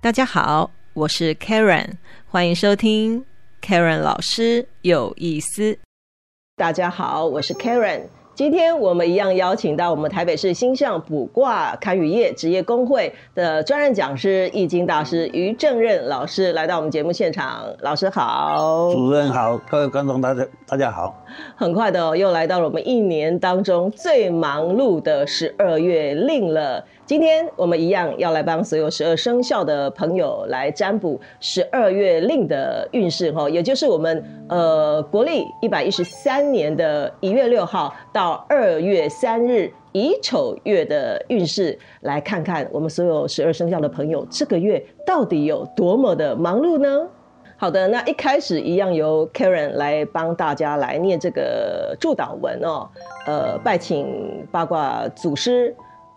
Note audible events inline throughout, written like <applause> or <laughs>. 大家好，我是 Karen，欢迎收听 Karen 老师有意思。大家好，我是 Karen。今天我们一样邀请到我们台北市星象卜卦堪舆业职业工会的专任讲师、易经大师于正任老师来到我们节目现场。老师好，主任好，各位观众大家大家好。很快的、哦、又来到了我们一年当中最忙碌的十二月令了。今天我们一样要来帮所有十二生肖的朋友来占卜十二月令的运势哈，也就是我们呃国历一百一十三年的一月六号到二月三日乙丑月的运势，来看看我们所有十二生肖的朋友这个月到底有多么的忙碌呢？好的，那一开始一样由 Karen 来帮大家来念这个祝祷文哦。呃，拜请八卦祖师、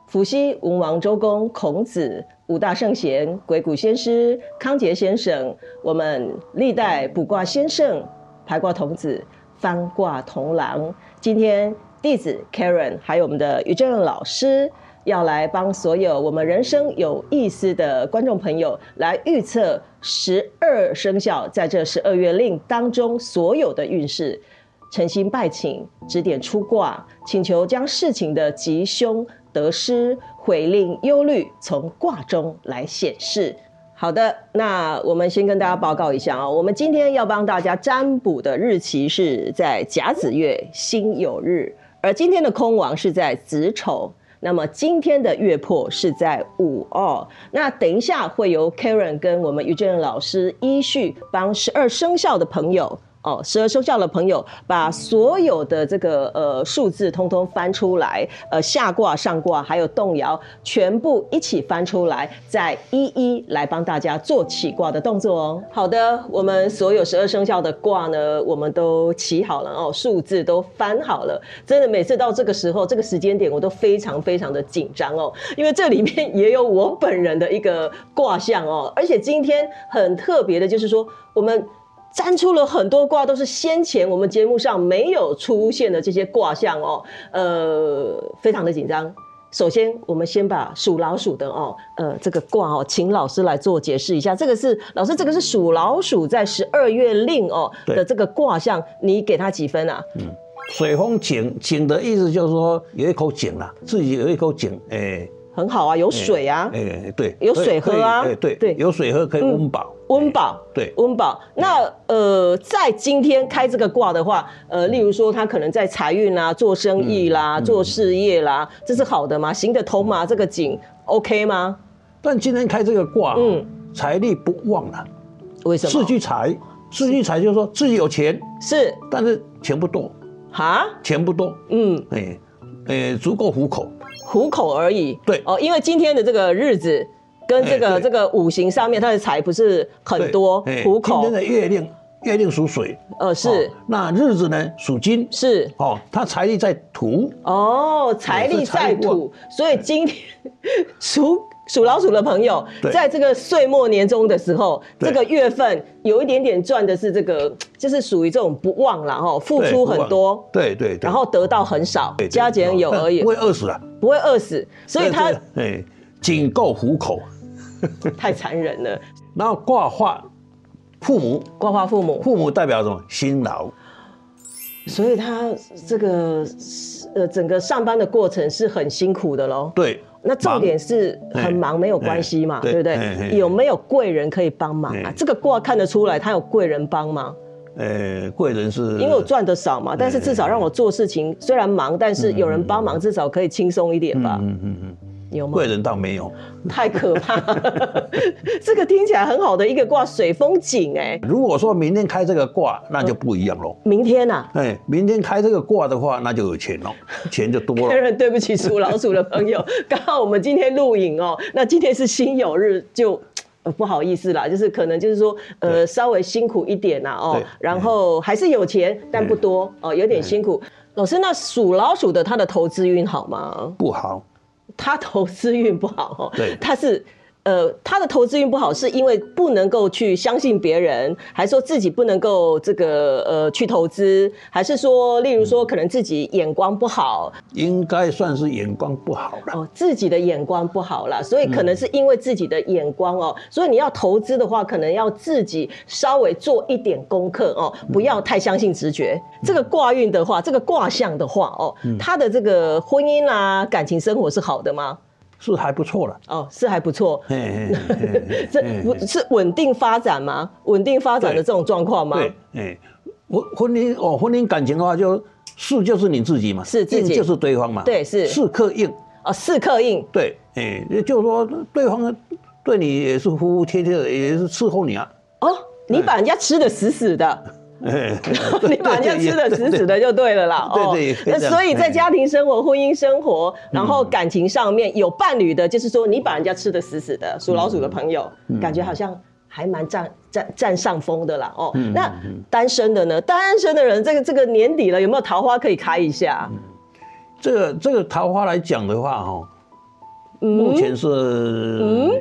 伏羲、文王、周公、孔子、五大圣贤、鬼谷先师、康杰先生，我们历代卜卦先生、排卦童子、翻卦童郎，今天弟子 Karen 还有我们的于正老师。要来帮所有我们人生有意思的观众朋友来预测十二生肖在这十二月令当中所有的运势，诚心拜请指点出卦，请求将事情的吉凶得失、悔令、忧虑从卦中来显示。好的，那我们先跟大家报告一下啊、哦，我们今天要帮大家占卜的日期是在甲子月辛酉日，而今天的空王是在子丑。那么今天的月破是在五二，那等一下会由 Karen 跟我们于正老师依序帮十二生肖的朋友哦，十二生肖的朋友把所有的这个呃数字通通翻出来，呃下卦、上卦还有动摇全部一起翻出来，再一一来帮大家做起卦的动作哦。好的，我们所有十二生肖的卦呢，我们都起好了哦，数字都翻好了。真的每次到这个时候、这个时间点，我都非常非常的紧张哦，因为这里面也有我本人的一个卦象哦，而且今天很特别的，就是说我们。占出了很多卦，都是先前我们节目上没有出现的这些卦象哦，呃，非常的紧张。首先，我们先把属老鼠的哦，呃，这个卦哦，请老师来做解释一下。这个是老师，这个是属老鼠在十二月令哦对的这个卦象，你给他几分啊？水风井，井的意思就是说有一口井啦，自己有一口井，哎、很好啊，有水啊，哎、对，有水喝啊对哎对对嗯对，有水喝可以温饱，温饱。哎对，温饱。那呃，在今天开这个卦的话，嗯呃，例如说他可能在财运啦、做生意啦、做事业啦，这是好的吗？行得通嗯吗？这个景 OK 吗？但今天开这个卦，嗯嗯，财力不旺了，为什四么？句财，四句财就是说自己有钱，是但是钱不多，哈，钱不多，嗯，哎、哎、足够糊口，糊口而已。对哦，因为今天的这个日子跟这个、哎这对个五行上面，它的财不是很对多哎，糊今口天，的月令，月令属水，呃，是哦那日子呢属金，是。哦，它财力在土，哦，财力在土，所以今天 <laughs> 属属老鼠的朋友，对在这个岁末年终的时候，对这个月份有一点点赚的是这个，就是属于这种不忘了哈，付对出很多，，不旺对对对，然后得到很少对，对加减有哦而已不，会饿死啊。不会饿死，所以他对对哎，仅够糊口。 <laughs> 太残忍了。然后卦化父母，刮花父母，父母代表什么？辛劳。所以他这个呃整个上班的过程是很辛苦的喽。对，那重点是忙很忙没有关系嘛，哎对不哎哎对？哎有没有贵人可以帮忙啊哎？这个卦看得出来他有贵人帮忙，呃，贵人是因为我赚的少嘛，但是至少让我做事情虽然忙，但是有人帮忙至少可以轻松一点吧？嗯嗯嗯，有吗贵？人倒没有。太可怕了， <laughs> 这个听起来很好的一个卦，水风景哎。如果说明天开这个卦，那就不一样喽。明天啊呐哎，明天开这个卦的话，那就有钱喽，钱就 <laughs> 多了。 ，Karen，对不起，属老鼠的朋友， <laughs> 刚好我们今天录影哦，那今天是辛酉日，就。呃不好意思啦，就是可能就是说，呃，对稍微辛苦一点啦、哦对，然后还是有钱，但不多哦，有点辛苦。老师，那属老鼠的他的投资运好吗？不好，他投资运不好哦，对他是呃，他的投资运不好，是因为不能够去相信别人，还是说自己不能够这个呃去投资，还是说，例如嗯说可能自己眼光不好，应该算是眼光不好了。哦，自己的眼光不好啦，所以可嗯能是因为自己的眼光哦，所以你要投资的话，可能要自己稍微做一点功课哦，不要嗯太相信直觉。这个卦运的话，这个卦象的话哦，嗯他的这个婚姻啊、感情生活是好的吗？是还不错了。哦，是还不错。嘿嘿嘿 <laughs> 嘿这嘿不嘿是稳定发展吗？稳定发展的这种状况吗？哎对，哎，婚婚姻哦，婚姻感情的话就，是就是你自己嘛，是自己应就是对方嘛，对是是刻印，哦，四克印对，哎，也就是说对方对你也是服服帖帖的，也是伺候你啊， <laughs> 哦，你把人家吃的死死的。哎 <laughs> 你把人家吃的死死，的就对了啦。对对哦对那所以在家庭生活、婚姻生活，然后感情上面有伴侣的，就是说你把人家吃的死死的，属老鼠的朋友，感觉好像。还蛮占占占上风的啦哦，那单身的呢？单身的人，这个这个年底了，有没有桃花可以开一下？对对对这个这个桃花来讲的话，哈，嗯目前是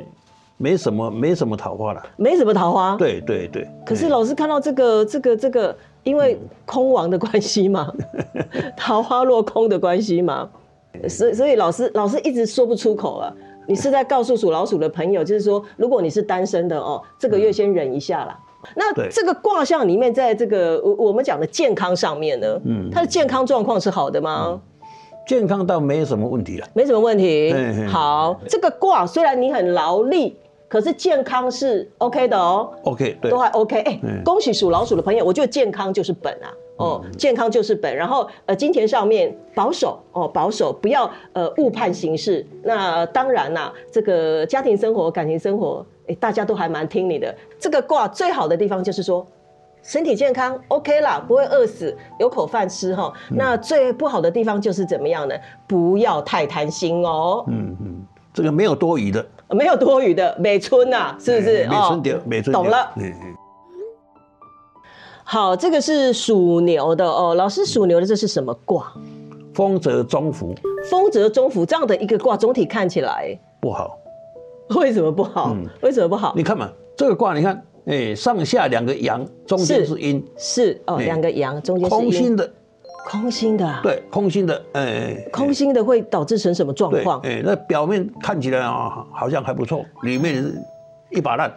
没什么没什么桃花了，没什么桃花，。对对对，啊嗯可是哎老师看到这个这个这个，因为空亡的关系 <laughs> 嘛，桃花落空的关系嘛，所以所以老师老师一直说不出口了。你是在告诉属老鼠的朋友，就是说，如果你是单身的哦，这个月先忍一下啦。那嗯对这个卦象里面，在这个我我们讲的健康上面呢，嗯，他的健康状况是好的吗？嗯健康倒没什么问题了，没什么问题嘿嘿。好，这个卦虽然你很劳力，可是健康是 OK 的哦。 ，OK，对都，还 OK。哎、嗯恭喜属老鼠的朋友，我觉得健康就是本啊。哦，健康就是本，然后呃，金钱上面保守哦，保守，不要呃误判形势。那当然啦、这个家庭生活、感情生活，哎，大家都还蛮听你的。这个卦最好的地方就是说，身体健康 OK 啦，不会饿死，有口饭吃哈、嗯那最不好的地方就是怎么样呢？不要太贪心哦，嗯嗯，这个没有多余的。没有多余的美春呐、是不是？哎每哦村丢，每村懂丢了。嗯嗯，好，这个是属牛的哦。老师，属牛的这是什么卦？风则中伏风泽中府这样的一个卦，总体看起来不好。为什么不好？嗯为什么不好？你看嘛，这个卦你看，哎，上下两个阳，中间是是阴，是哦，哎两个阳中间是空阴心，的，空心的、啊，，对，空心的，哎，空心的会导致成什么状对，况？哎，那表面看起来啊，好像还不错，里面是一把烂，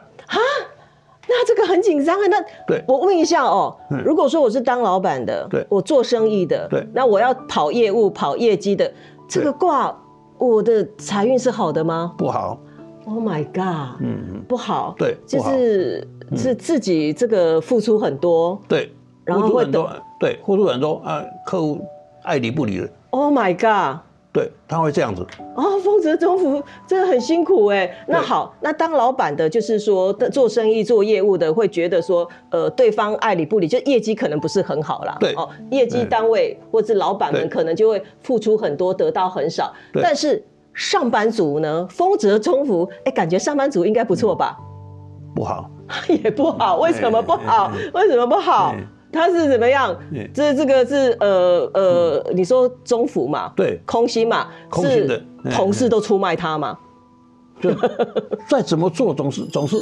那这个很紧张啊。那对我问一下哦嗯，如果说我是当老板的，对我做生意的，对那我要跑业务、跑业绩的，这个对卦我的财运是好的吗不好， ？Oh my god！嗯嗯，不好，对就不好嗯是是自己这个付出很多。对，然后付出会很多，对，付出很多啊，客户爱理不理的， Oh my god！对，他会这样子，哦，丰泽中福真的很辛苦哎。那好，那当老板的，就是说做生意、做业务的，会觉得说，呃，对方爱理不理，就业绩可能不是很好啦。对嗯哦，业绩单位或是老板们对可能就会付出很多，得到很少。对但是上班族呢，丰泽中福，哎，感觉上班族应该不错吧？不好， <laughs> 也不好，为什么不好哎哎哎？为什么不好哎？它是怎么样哎？这这个是呃呃，你说中府嘛？对空心嘛？空心的是哎同事都出卖他嘛？ <laughs> 就再怎么做总是总是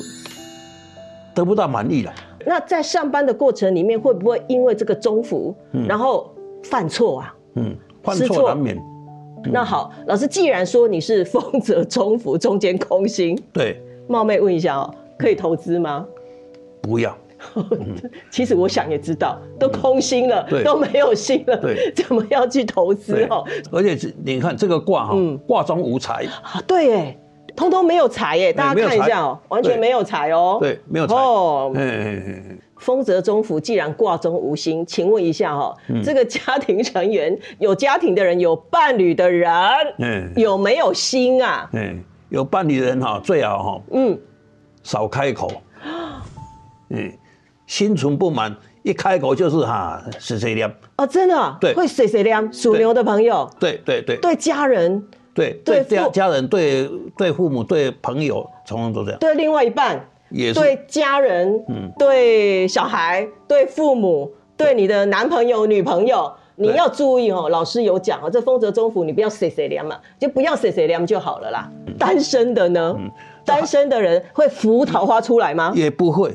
得不到满意了。那在上班的过程里面，会不会因为这个中伏，然后犯错啊？嗯，犯吃错错难免。嗯那好，老师，既然说你是风泽中伏，中间空心，对，冒昧问一下哦，可以投资吗？不要。其实我想也知道，都空心了，嗯对都没有心了，对怎么要去投资对哦？，而且是你看这个卦哈嗯，卦中无财，啊，对耶，通通没有财耶，大哎没家有看一财下哦，完全对没有财哦。对，没有财。哦哎，哎哎哎丰泽中府既然卦中无心，请问一下哈、嗯这个家庭成员有家庭的人，有伴侣的人，嗯有没有心啊？哎，有伴侣的人哈，最好哈嗯，少 <gasps> 开口。嗯，心存不满，一开口就是哈是谁念？哦，真的啊、对会水水凉，属牛的朋友，对对对对家人，对对对，家父家人对对父母对朋友，从来都这样，对另外一半，也是对家嗯人，对小孩，对父母，对你的男朋友、女朋友，你要注意哦，老师有讲哦，这丰泽中府你不要谁谁凉嘛，就不要谁谁凉就好了啦。嗯单身的呢，单身的人会浮桃花出来吗？也不会，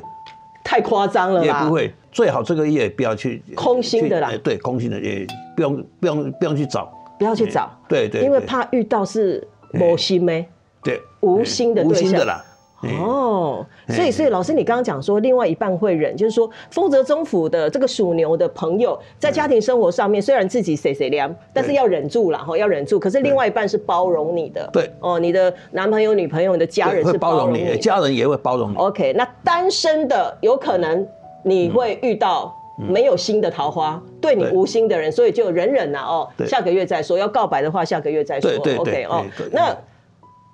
太夸张了也啦，不会。最好这个月不要去空心的啦去哎对，空心的也不用不用不用去找，哎不要去找，对对，因为对怕遇到是某心没对无心的无对心的象啦。哎哦，所以哎所以老师，你刚刚讲说另外一半会忍，就是说丰泽中府的这个属牛的朋友，在家庭生活上面虽然自己谁谁凉，但是要忍住了哈，要忍住。可是另外一半是包容你的，对哦，你的男朋友、女朋友、你的家人会是包包容容你的哦你，。哎家人也会包容你。 OK，那单身的有可能你会遇到没有新的桃花，对你对无心的人，所以就忍忍啦、哦，嗯对下个月再说。要告白的话，下个月再说。对对 OK 对哦对对，那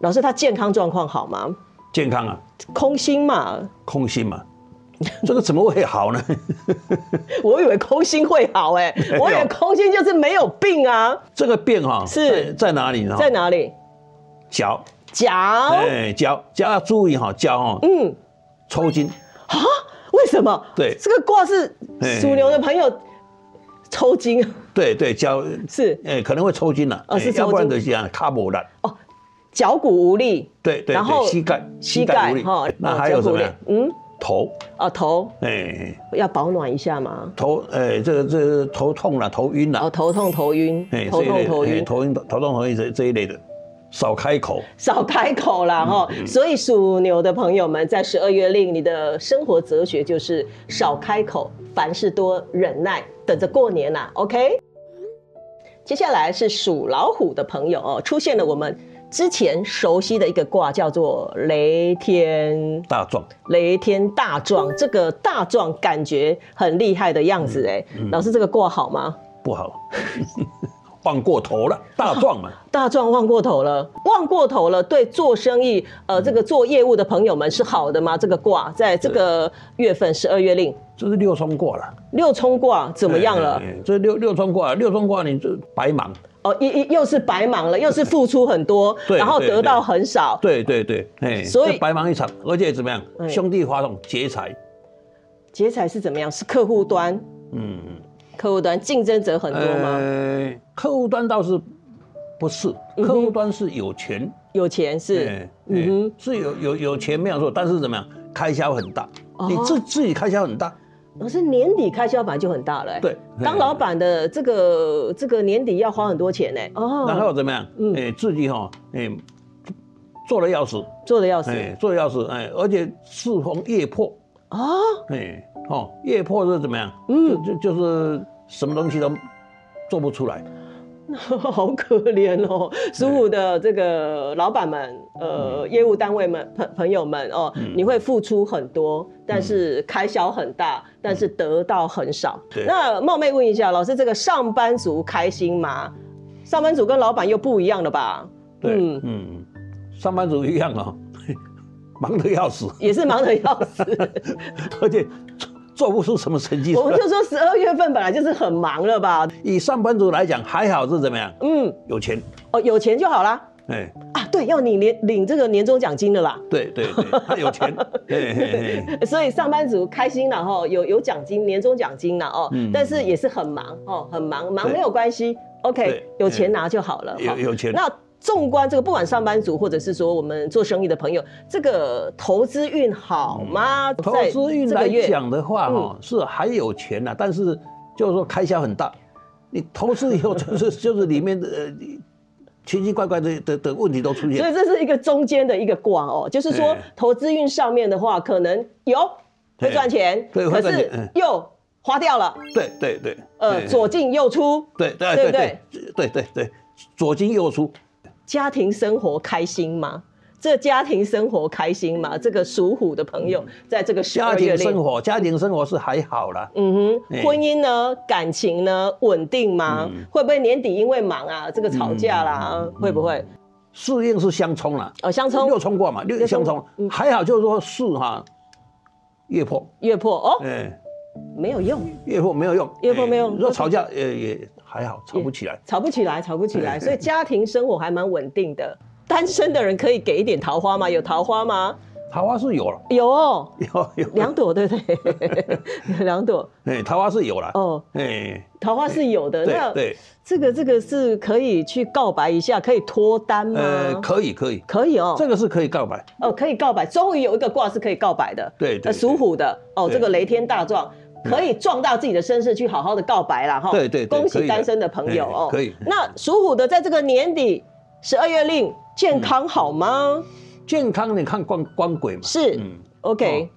老师他健康状况好吗？健康啊，空心嘛，空心嘛， <laughs> 这个怎么会好呢？ <laughs> 我以为空心会好哎、有我以为空心就是没有病啊，这个病哈、是在在哪里呢？在哪里？脚，脚？哎，脚脚要注意哈、脚哈、嗯，抽筋，为什么？对这个卦是哎属牛的朋友抽筋对对，脚是哎可能会抽筋了、哦是哎抽筋要不然就是讲卡不了，脚骨无力，对对然后对，膝盖膝盖无力哈，哦那还有什么脚呀骨？无力嗯，头，啊头哎要保暖一下嘛，头哎这个这个头痛了，头晕哦了，头痛头晕哎，头这痛一类的头哎晕，头晕头痛头晕这这一类的，少开口，少开口啦哈。所以属牛的朋友们，在十二月令，你的生活哲学就是少开口，凡事多忍耐，等着过年啦、OK。接下来是属老虎的朋友哦，出现了我们之前熟悉的一个卦，叫做雷天大壮。雷天大壮。这个大壮感觉很厉害的样子哎、老师这个卦好吗？不好， <laughs> 忘过头了，大壮 <laughs> 嘛，大壮望过头了，望过头了，对做生意，呃，这个做业务的朋友们是好的吗？嗯这个卦在这个月份十二月令这是六冲卦了，六冲卦怎么样了哎？？哎哎这六六冲卦，六冲卦你这白忙，哦，一一又是白忙了，又是付出很多， <laughs> 对然后对得到对很少，对对对，哎，所以这白忙一场，而且怎么样哎，兄弟发动劫财，劫财是怎么样？是客户端，嗯，客户端竞争者很多吗？呃，客户端倒是不是，客户端是有钱，有钱嗯是，哎，哎嗯是有有有钱没有错，但是怎么样，开销很大哦，你自自己开销很大，哼，可是年底开销本来就很大了、哎对当哎老板的这个这个年底要花很多钱呢、哎哦，然后怎么样嗯，哎，自己哈，哎，做了要死。做的要死，哎，做钥匙，哎，而且适逢夜破，哦，哎，哦，夜破是怎么样？嗯就就就是什么东西都做不出来， <laughs> 好可怜哦，苏武的这个老板们，呃，业务单位们朋朋友们哦，你会付出很多，但是开销很大，但是得到很少。对那冒昧问一下，老师，这个上班族开心吗？上班族跟老板又不一样了吧？对，嗯嗯上班族一样啊、 <laughs> 忙得要死，也是忙得要死。而且做做不出什么成绩出我们来。就说十二月份本来就是很忙了吧？以上班族来讲，还好是怎么样？嗯，有钱，哦，有钱就好啦。哎，啊，对，要你领领这个年终奖金的啦。对对对，他 <laughs> 有钱，嘿嘿嘿，所以上班族开心了哈，有有奖金，年终奖金了哦，嗯但是也是很忙哦，很忙，忙对没有关系，OK，对有钱拿就好了。有哈有钱那纵观这个，不管上班族或者是说我们做生意的朋友，这个投资运好吗？嗯投在资运这个来月，嗯讲的话，哈、是还有钱呐、但是就是说开销很大。你投资以后，就是 <laughs> 就是里面的呃奇奇怪怪的的的问题都出所现。以这是一个中间的一个卦哦，就是说哎投资运上面的话，可能有会哎赚钱，对可会赚钱是哎又花掉了，对对对，呃，哎左进右出，对对对不对对对对对，左进右出，家庭生活开心吗？这家庭生活开心吗？这个属虎的朋友，在这个十嗯家二月庭生里，活家庭生活是还好啦。嗯哼，哎嗯婚姻呢，感情呢，稳定吗？会不会年底因为忙啊，这个吵架啦，会不嗯会？适应是相冲啦，哦，相冲六冲过嘛，六冲嗯相冲，还好就是说是哈，月破，月破哦，哎，没有用，月破没有用，月破哎没有用若吵架也也还好，吵不起来。吵不起来，吵不起来，哎所以家庭生活还蛮稳定的。单身的人可以给一点桃花吗？有桃花吗？桃花是有了，有哦，有有，两朵对不 <laughs> 对？有两朵哎，桃花是有了，哦，哎，桃花是有的。对那对，这个这个是可以去告白一下，可以脱单吗？呃，可以可以，可以嗯哦，这个是可以告白，哦，可以告白。终于有一个卦是可以告白的，对对呃，属对虎的哦，对嗯这个雷天大壮。可以壮大自己的身世，去好好的告白啦哈！对对对恭可喜以的单身的朋友哎哦。可以那属虎的在这个年底十二月令健康好嗯吗？健康你看光光鬼嘛，是嗯， OK，哦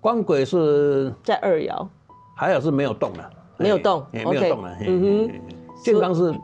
光鬼是在二爻还好是没有动了，没有动也没 OK，有动啊哎了，嘿嗯哼，嘿嘿健康是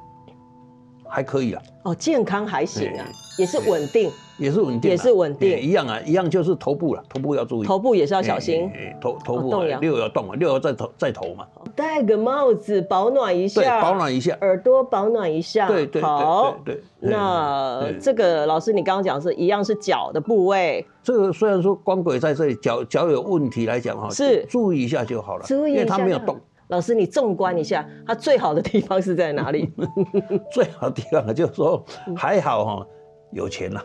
还可以了，哦，健康还行啊哎，也是稳定，也是稳定啦，也是稳定哎一样啊，一样就是头部了，头部要注意，头部也是要小哎心。，哦哎哎头头部动啊摇六爻动啊，六爻在头在头嘛，戴个帽子保暖一对，下，保，暖一下，耳朵保暖一下。对对好对。对对，那哎对这个老师，你刚刚讲是一样是脚的部位，这个虽然说光轨在这里脚脚有问题来讲哈，是注意一下就好了，注意一因下。为它没有动，。 <laughs> 老师，你纵观一下，它最好的地方是在哪 <laughs> 里？最好的地方就是说还好哈，有钱了，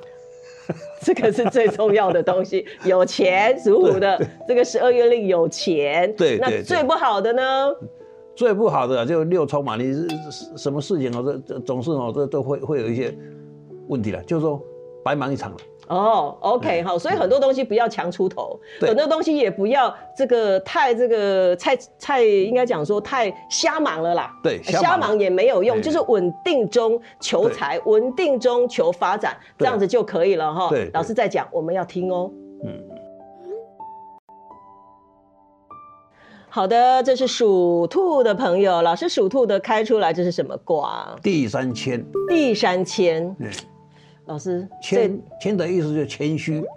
这个是最重要的东西。有钱，属虎的这个十二月令有钱。对对那对最不好的呢？最不好的啊就六冲嘛，你是是什么事情哦，这这总是哦，这都会会有一些问题了，就是说白忙一场了，哦、o k 好，所以很多东西不要强出头，对很多东西也不要这个太这个太太应该讲说太瞎忙了啦。对呃瞎忙瞎忙也没有用，哎就是稳定中求财，稳定中求发展，这对样子就可以了哈对对。老师在讲，我们要听哦。嗯，好的，这是属兔的朋友，老师属兔的开出来这是什么卦？第三嗯谦，第三谦，嗯老师谦谦的意思就是谦虚，这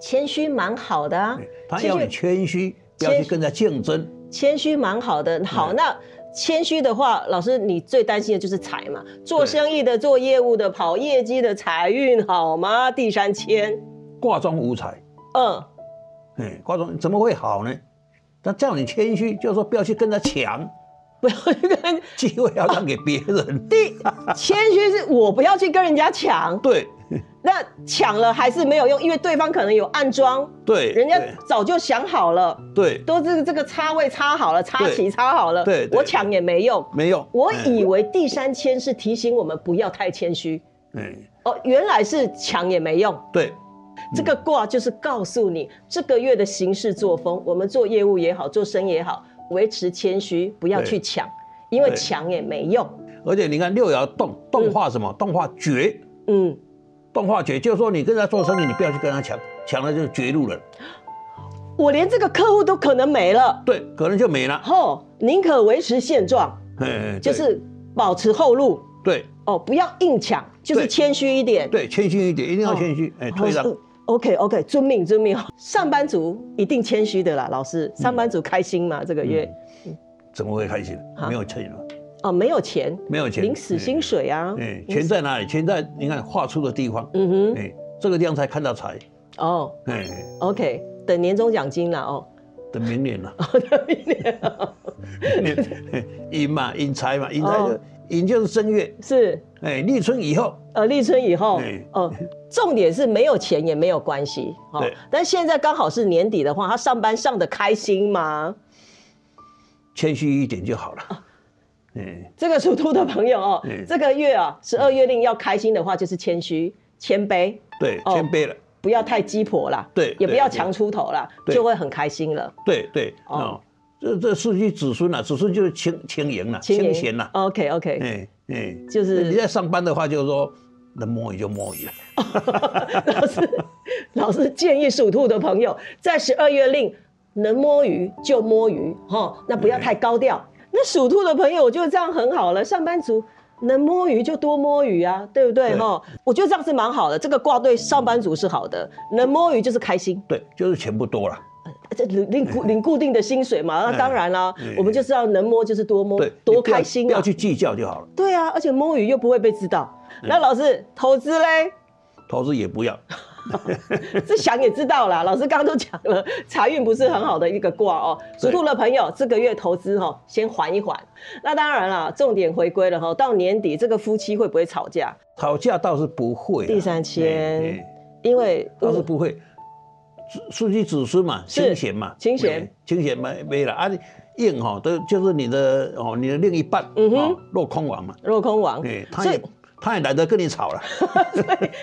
谦虚蛮好的啊对，他谦要虚你谦虚，不要去跟人家竞争，谦虚蛮好的。好，对那谦虚的话，老师你最担心的就是财嘛，做生意的、做业务的、跑业绩的财运好吗？第三谦，挂钟无才，嗯， <laughs> 哎，挂钟怎么会好呢？他叫你谦虚，就是说不要去跟他抢。不要去跟 <laughs> 机会要让给别人。第谦虚是我不要去跟人家抢， <laughs> 对那抢了还是没有用，因为对方可能有暗装，对，人家早就想好了，对对都是这个插位插好了，插对旗插好了，对对我抢也没用。没有。哎我以为第三谦是提醒我们不要太谦虚，哎哎哦，原来是抢也没用。对这个卦就是告诉你这个月的行事作嗯风，我们做业务也好，做生意也好，维持谦虚，不要去抢，因为对抢也没用。而且你看六爻动动画什么？动画绝，嗯，动画绝，就是说你跟他做生意，你不要去跟他抢，抢了就绝路了。我连这个客户都可能没了，对，可能就没了。吼，宁可维持现状，哎，对就是保持后路对哦，不要硬抢，就是对谦虚一点。对，谦虚一点，一定要哦谦虚。哎，哦，退让。 OK OK，遵命遵命。上班族一定谦虚的啦，老师，嗯上班族开心吗？这个月怎么会开心好？没有钱了，哦，没有钱，没有钱，领死薪水啊。哎。哎，钱在哪里？钱在你看画出的地方。嗯哼，哎，这个地方才看到财。哦哎， ，OK，等年终奖金啦哦。等明年啊了。好的，明年 <laughs> 哦迎嘛，迎财嘛，迎财哦就迎就是正月，是哎，立春以后，呃立春以后对，哦，重点是没有钱也没有关系，哦对。但现在刚好是年底的话，他上班上的开心吗？谦虚一点就好哦了。哎，这个属兔的朋友哦嗯，这个月啊，十二月令要开心的话，就是谦虚、谦卑，对，哦谦卑了，不要太鸡婆啦，对也不要对强出头啦，对就会很开心了。对对哦哦，这这世纪子孙啊，子孙就是清清盈了，轻清盈闲了， OK OK，哎哎，就是你在上班的话，就是说能摸鱼就摸鱼了，老师，老师建议属兔的朋友在十二月令能摸鱼就摸鱼哈、那不要太高调。那属兔的朋友，我觉得这样很好了，上班族。能摸鱼就多摸鱼啊，对不对对哈、我觉得这样是蛮好的，这个卦对上班族是好的，能摸鱼就是开心，对，就是钱不多了，这领领固领固定的薪水嘛，那哎当然啦、哎我们就知道能摸就是多摸对，，多你不要开心不啊要，去哎计较就好了，对啊，而且摸鱼又不会被知道。那老师投资嘞，投资也不要，这想也知道啦，老师刚刚都讲了，财运不是很好的一个卦哦。属对兔的朋友，这个月投资哦，先缓一缓。那当然啦，重点回归了哈、到年底这个夫妻会不会吵架？吵架倒是不会啦，啊第三谦哎，哎因为倒是不会，子顺其子孙嘛，嗯是清闲嘛，清闲哎清闲嘛没了啊，硬哈都就是你的哦，你的另一半嗯哼哦，落空王嘛，落空王，哎，他所以也他也懒得跟你吵了， <laughs>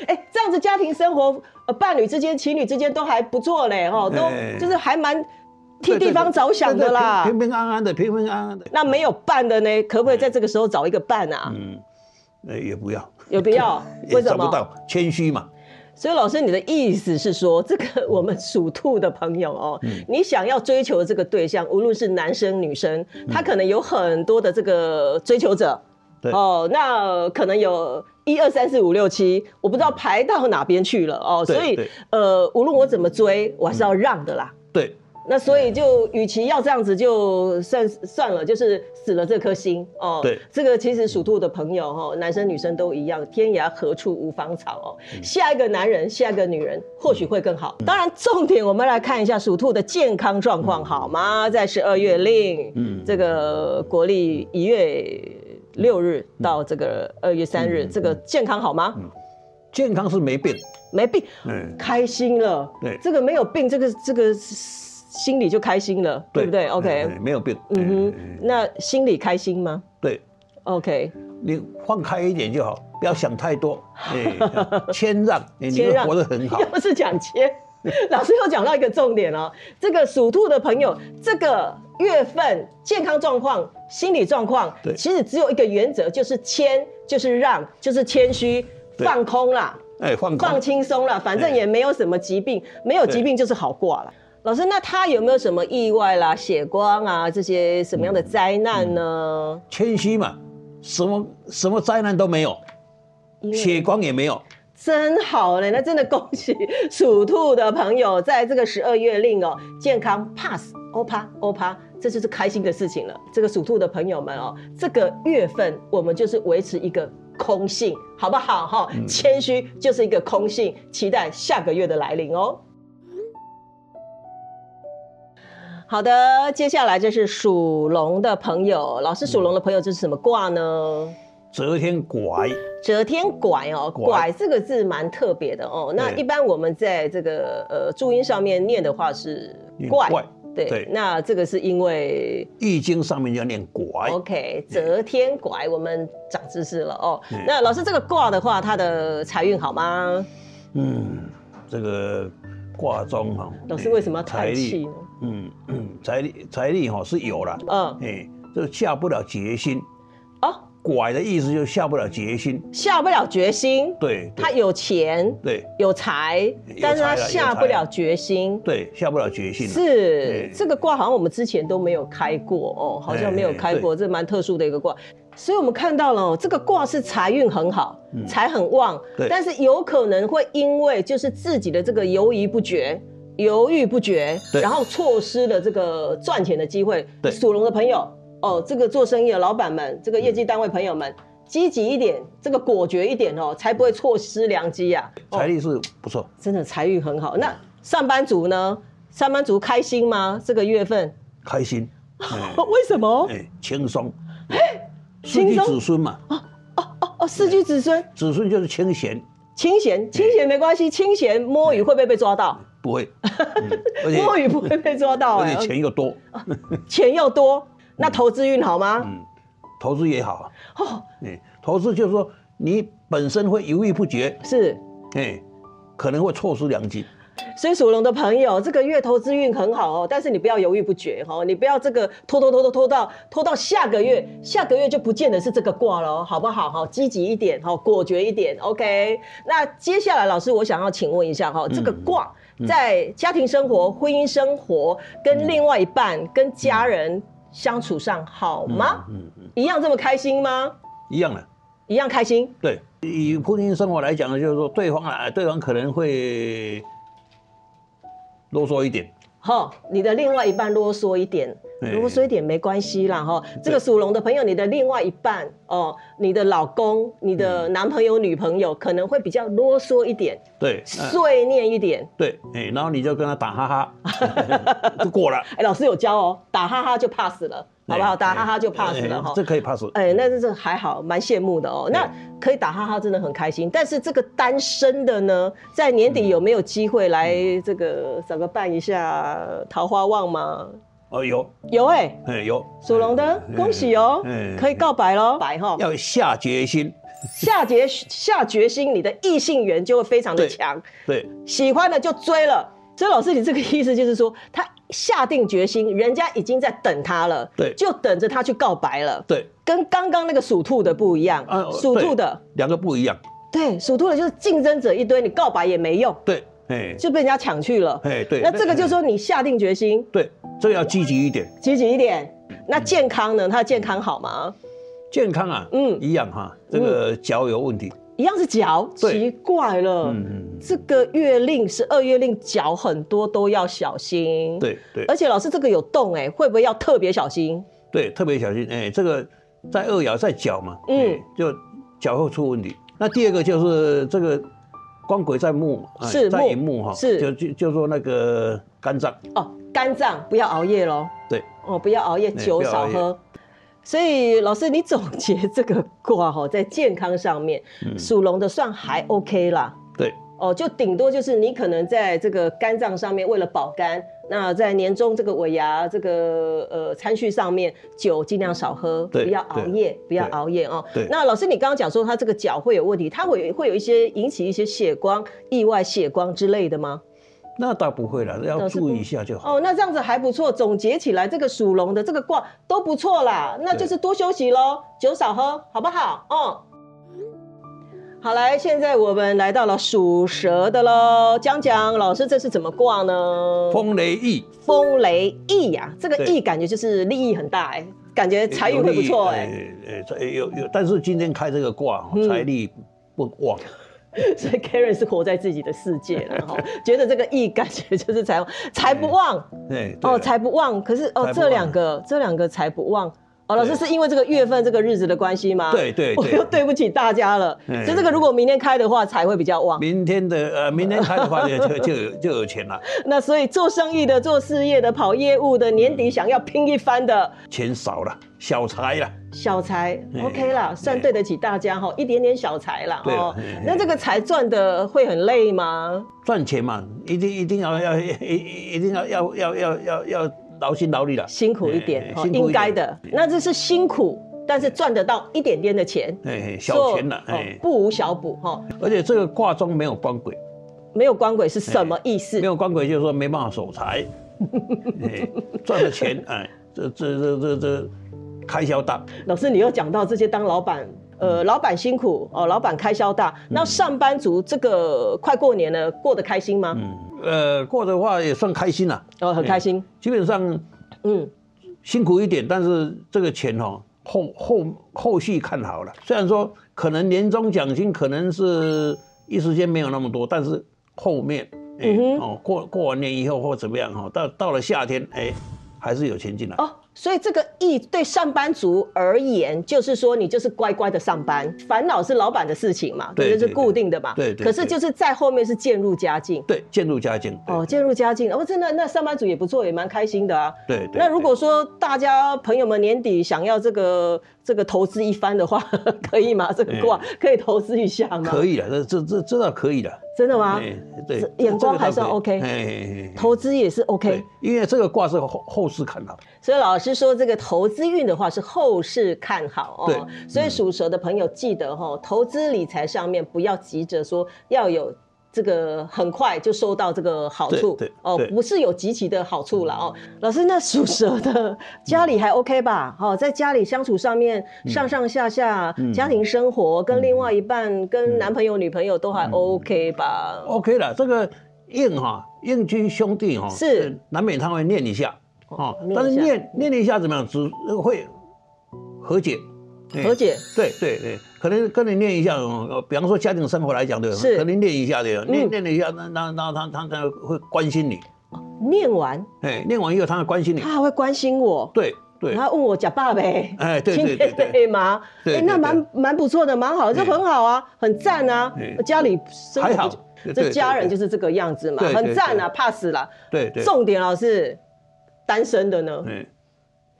哎、这样子家庭生活，呃，伴侣之间、情侣之间都还不错嘞，哦，都哎就是还蛮 <laughs> 替 <laughs> 对对方着想的啦。对对平平安安的，平平安安的，那没有伴的呢，可不可以在这个时候找一个伴啊？嗯，呃也不要，有必要？为也什找不么？到，谦虚嘛，所以老师，你的意思是说，这个我们属兔的朋友哦，嗯你想要追求的这个对象，无论是男生女生，他可能有很多的这个追求者，对哦，那可能有一二三四五六七，我不知道排到哪边去了哦，嗯对所以对呃，无论我怎么追，我还是要让的啦。对，那所以就，与其要这样子，就算算了，就是死了这颗心哦。对这个其实属兔的朋友哦，男生女生都一样，天涯何处无芳草哦。嗯下一个男人，下一个女人，或许会更好。当然，重点我们来看一下属兔的健康状况好吗？在十二月令，嗯这个国历一月六日到这个二月三日，嗯这个健康好吗？健康是没变，没病，嗯。开心了。对这个没有病，这个这个心里就开心了，对不对？OK，哎哎没有变。嗯嗯哼，嗯，那心里开心吗对？OK，你放开一点就好，不要想太多， <laughs> 哎，谦让，哎你谦会让活得很好。又是讲切， <laughs> 老师又讲到一个重点哦，这个属兔的朋友，这个月份健康状况、心理状况，对其实只有一个原则，就是谦，就是让，就是谦虚，对放空啦，哎，放放空。轻松啦，反正哎也没有什么疾病，没有疾病就是好挂了。老师，那他有没有什么意外啦、血光啊这些什么样的灾难呢？谦虚嘛，什么什么灾难都没有，因为血光也没有。真好嘞！那真的恭喜属兔的朋友，在这个十二月令哦，健康 pass 欧趴欧趴，这就是开心的事情了。这个属兔的朋友们哦，这个月份我们就是维持一个空性，好不好哈、谦虚就是一个空性，期待下个月的来临哦。好的，接下来就是属龙的朋友，老师，属龙的朋友这是什么卦呢？遮天拐，折天拐哦，拐拐这个字蛮特别的哦。那一般我们在这个呃注音上面念的话是念怪，怪对，对那这个是因为易经上面要念拐， OK 折天拐，我们长知识了哦嗯。那老师这个卦的话，它的财运好吗？嗯，这个卦中哈。老师哎为什么要财叹气力？呢？嗯嗯，财力财力哈是有了，嗯，哎，就下不了决心。哦，拐的意思就是下不了决心，下不了决心，对，对他有钱对有财，有但是他财了有下财不了了决心。对，下不了决心啊。是哎这个卦，好像我们之前都没有开过哦，好像没有开过，这蛮特殊的一个卦。所以我们看到了、哦，这个卦是财运很好，财很旺，嗯对但是有可能会因为就是自己的这个犹疑不决。犹豫不决，对然后错失了这个赚钱的机会。对属龙的朋友哦，这个做生意的老板们，这个业绩单位朋友们，积极一点，这个果决一点哦，才不会错失良机呀、啊。哦财力是不错，真的财运很好。那上班族呢？上班族开心吗？这个月份？<laughs> 开心，哎哦为什么？哎，轻松，轻顺松其子孙嘛，哦哦，四居子孙，子孙就是清闲，清闲，清闲没关系，清闲摸鱼会不会被抓到？<laughs> 不会，嗯而且摸鱼不会被抓到、而哎，且钱又多，钱又多，那投资运好吗？投资也好，哦，哎，投资就是说你本身会犹豫不决，是。哎，可能会错失良机，所以属龙的朋友，这个月投资运很好哦，但是你不要犹豫不决哦，你不要这个拖拖拖拖拖到拖到下个月，下个月就不见得是这个卦了哦，好不好？哈，积极一点，哈，果决一点，OK。那接下来老师，我想要请问一下哈，这个卦在家庭生活、婚姻生活跟另外一半、跟家人相处上好吗？嗯嗯，一样这么开心吗？一样的，一样开心？对。以婚姻生活来讲呢，就是说对方啊，对方可能会啰嗦一点，哈、你的另外一半啰嗦一点，哎啰嗦一点没关系啦哈。这个属龙的朋友，你的另外一半哦，你的老公、你的男朋友、女朋友可能会比较啰嗦一点，对，嗯碎念一点。对，哎，然后你就跟他打哈 <laughs> 哈，就过了，哎，老师有教哦，打哈哈就 pass 了，好不好？哎打哈哈就 pass 哎了哈这。可以 pass。哎，那这这还好，蛮羡慕的哦。那可以打哈哈，真的很开心。但是这个单身的呢，在年底有没有机会来这个怎么办一下桃花旺吗？哦，有，有哎、哎，有，属龙的，哎恭喜哦哎，可以告白喽，白哈，要下决心，下决下决心，你的异性缘就会非常的对强，对，喜欢的就追了。所以老师，你这个意思就是说，他下定决心，人家已经在等他了，对就等着他去告白了，对，跟刚刚那个属兔的不一样啊，属兔的，两个不一样，对，属兔的就是竞争者一堆，你告白也没用，对，哎，就被人家抢去了。哎，对，那这个就是说你下定决心，对，这个要积极一点，积极一点。那健康呢？他的健康好吗？健康啊，嗯嗯，一样哈，这个脚有问题，一样是脚，对奇怪了。嗯嗯，这个月令十二月令脚很多都要小心。，对对而且老师这个有洞哎、会不会要特别小心？对，特别小心，哎，这个在二爻在脚嘛，嗯嗯，就脚会出问题。那第二个就是这个光鬼在木嘛，哎是在木寅木哈，是就就就说那个肝脏，哦，肝脏不要熬夜喽。对，哦，不要熬夜，哎酒不要少熬夜喝。所以老师，你总结这个卦哈，在健康上面，嗯属龙的算还 OK 啦。对哦，就顶多就是你可能在这个肝脏上面为了保肝，那在年终这个尾牙这个呃餐序上面，酒尽量少喝，不对要熬夜，不要熬夜哦对。那老师，你刚刚讲说他这个脚会有问题，他会会有一些引起一些血光、意外血光之类的吗？那倒不会了，要倒是注不意一下就好。哦，那这样子还不错。总结起来，这个属龙的这个卦都不错啦，那就是多休息喽，酒少喝，好不好？嗯。好来，现在我们来到了属蛇的喽。江江老师，这是怎么卦呢？风雷翼，风雷翼呀、这个对翼感觉就是利益很大哎、感觉财运会不错哎、哎哎，有有，但是今天开这个卦哈，嗯财力不旺，所以 Karen 是活在自己的世界了哈，觉得这个翼感觉就是财财不旺，哎，对哦，了财不旺，可是哦财，不这旺两个这两个财不旺。哦，老师对是因为这个月份这个日子的关系吗？对对我对又对不起大家了。嗯所以这个如果明天开的话，才会比较旺。明天的呃，明天开的话就就 <laughs> 就有就有钱了，那所以做生意的、做事业的、跑业务的，年底想要拼一番的钱少了，小财了，小财嗯，OK 啦，算对得起大家哈，一点点小财啦对哦了嗯。那这个财赚的会很累吗？赚钱嘛，一定一定要要一一一定要要要要要要劳心劳力了，辛苦一点哎哦，辛苦一点应该的。那这是辛苦，但是赚得到一点点的钱，哎，小钱了，做哦哎，不无小补哈。而且这个卦中没有官鬼，没有光轨是什么意思哎没？有官鬼就是说没办法 <laughs> 守财，哎赚了钱，哎，这这这这这开销大，老师，你又讲到这些当老板，呃，嗯老板辛苦哦，老板开销大，那上班族这个快过年了，过得开心吗？嗯，哎呃，过的话也算开心了，啊哦，很开心，基本上嗯，辛苦一点，但是这个钱哦，后后后续看好了。虽然说可能年终奖金可能是一时间没有那么多，但是后面，哎、嗯哼哦，过过完年以后或怎么样哈、哦，到到了夏天，哎、还是有钱进来。哦，所以这个意对上班族而言，就是说你就是乖乖的上班，烦恼是老板的事情嘛，对这就是对对固定的嘛，对对对可是就是在后面是渐入佳境。对，渐入佳境。对哦，，渐入佳境，哦，真的，那上班族也不错，也蛮开心的啊。对对那如果说大家朋友们年底想要这个这个投资一番的话， <laughs> 可以吗？这个卦可以投资一下吗？哎可以了，这这这这倒可以了。真的吗？哎，对这，啊眼光这个倒还算可以 OK 哎哎，哎投资也是对 OK，，因为这个卦是后后市看好。所以老师说这个投资运的话是后市看好哦。对所以属蛇的朋友记得哦，投资理财上面不要急着说要有这个很快就收到这个好处对对嗯哦对，不是有极其的好处了哦。老师，那属蛇的家嗯里还 OK 吧？哦，在家里相处上面上上下下，嗯家庭生活跟另外一半、跟男朋友、女朋友都嗯还 OK 吧？ OK 了，这个应哈、应军兄弟哈、是哦呃难免他会念一下啊、念一下但是念念一下怎么样，只会和解，哎和解对对对，可能跟你念一下，呃比方说家庭生活来讲，对吧，是可能念一下的，嗯念念了一下，那那那他他他会关心你，念完，哎，念完以后他会关心你，他还会关心我，对对然，后问我假爸呗，哎，对今对对天对，累吗？对哎，对那对蛮蛮不错的，蛮好的，这对很好啊，很赞啊对。家里生活还不好就，对对这对家人就对是这个样子嘛，对对很赞啊，对怕死了。对对，重点老师，单身的呢？嗯，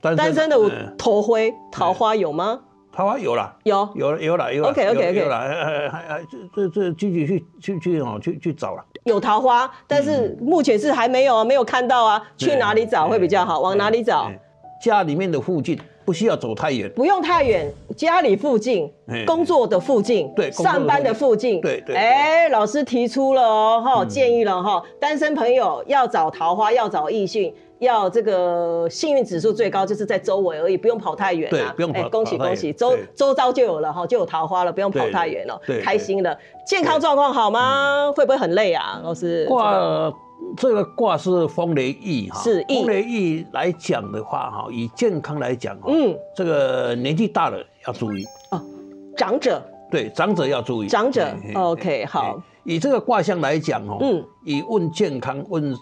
单单身的我嗯头灰桃花有吗？桃花有了。有，有了有了有了 OK，OK，OK 有了有了，呃还还这这这继续去去去哦去去找了，有桃花，但是目前是还没有啊，没有看到啊。去哪里找嗯会比较好？嗯往哪里找嗯？嗯家里面的附近不需要走太远，不用太远，家里附近嗯、工作的附近、对工作的上班的附近。对嗯对对哎，老师提出了哦，哈，建议了哈，单身朋友要找桃花，要找异性。要这个幸运指数最高，就是在周围而已，不用跑太远嗯对啊！不用跑哎恭喜跑恭太远喜，周对周遭就有了哈，就有桃花了，不用跑对太远了对，对嗯开心了。健康状况好吗？会不会很累啊，老师？卦哎这个卦是风雷翼哈，是翼风雷翼来讲的话哈，以健康来讲哈，哦嗯，这个年纪大了要注意，长者对长者要注意，哎长者嘿嘿，OK，嘿好，以这个卦象来讲哦，嗯，以问健康问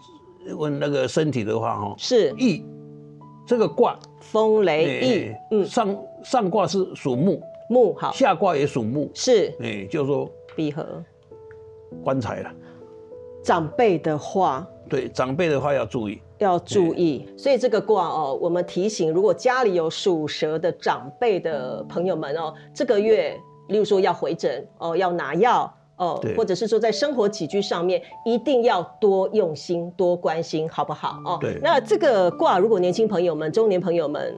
问那个身体的话哈，是翼这个卦风雷哎翼哎，嗯，啊上上卦是属木，木好下卦也属木，是哎、就是说闭合。棺材了。长辈的话对长辈的话要注意，要注意，所以这个卦哦，我们提醒，如果家里有属蛇的长辈的朋友们哦，这个月，例如说要回诊哦，要拿药。哦对，或者是说在生活起居上面，一定要多用心、多关心，好不好？哦，对那这个卦，如果年轻朋友们、中年朋友们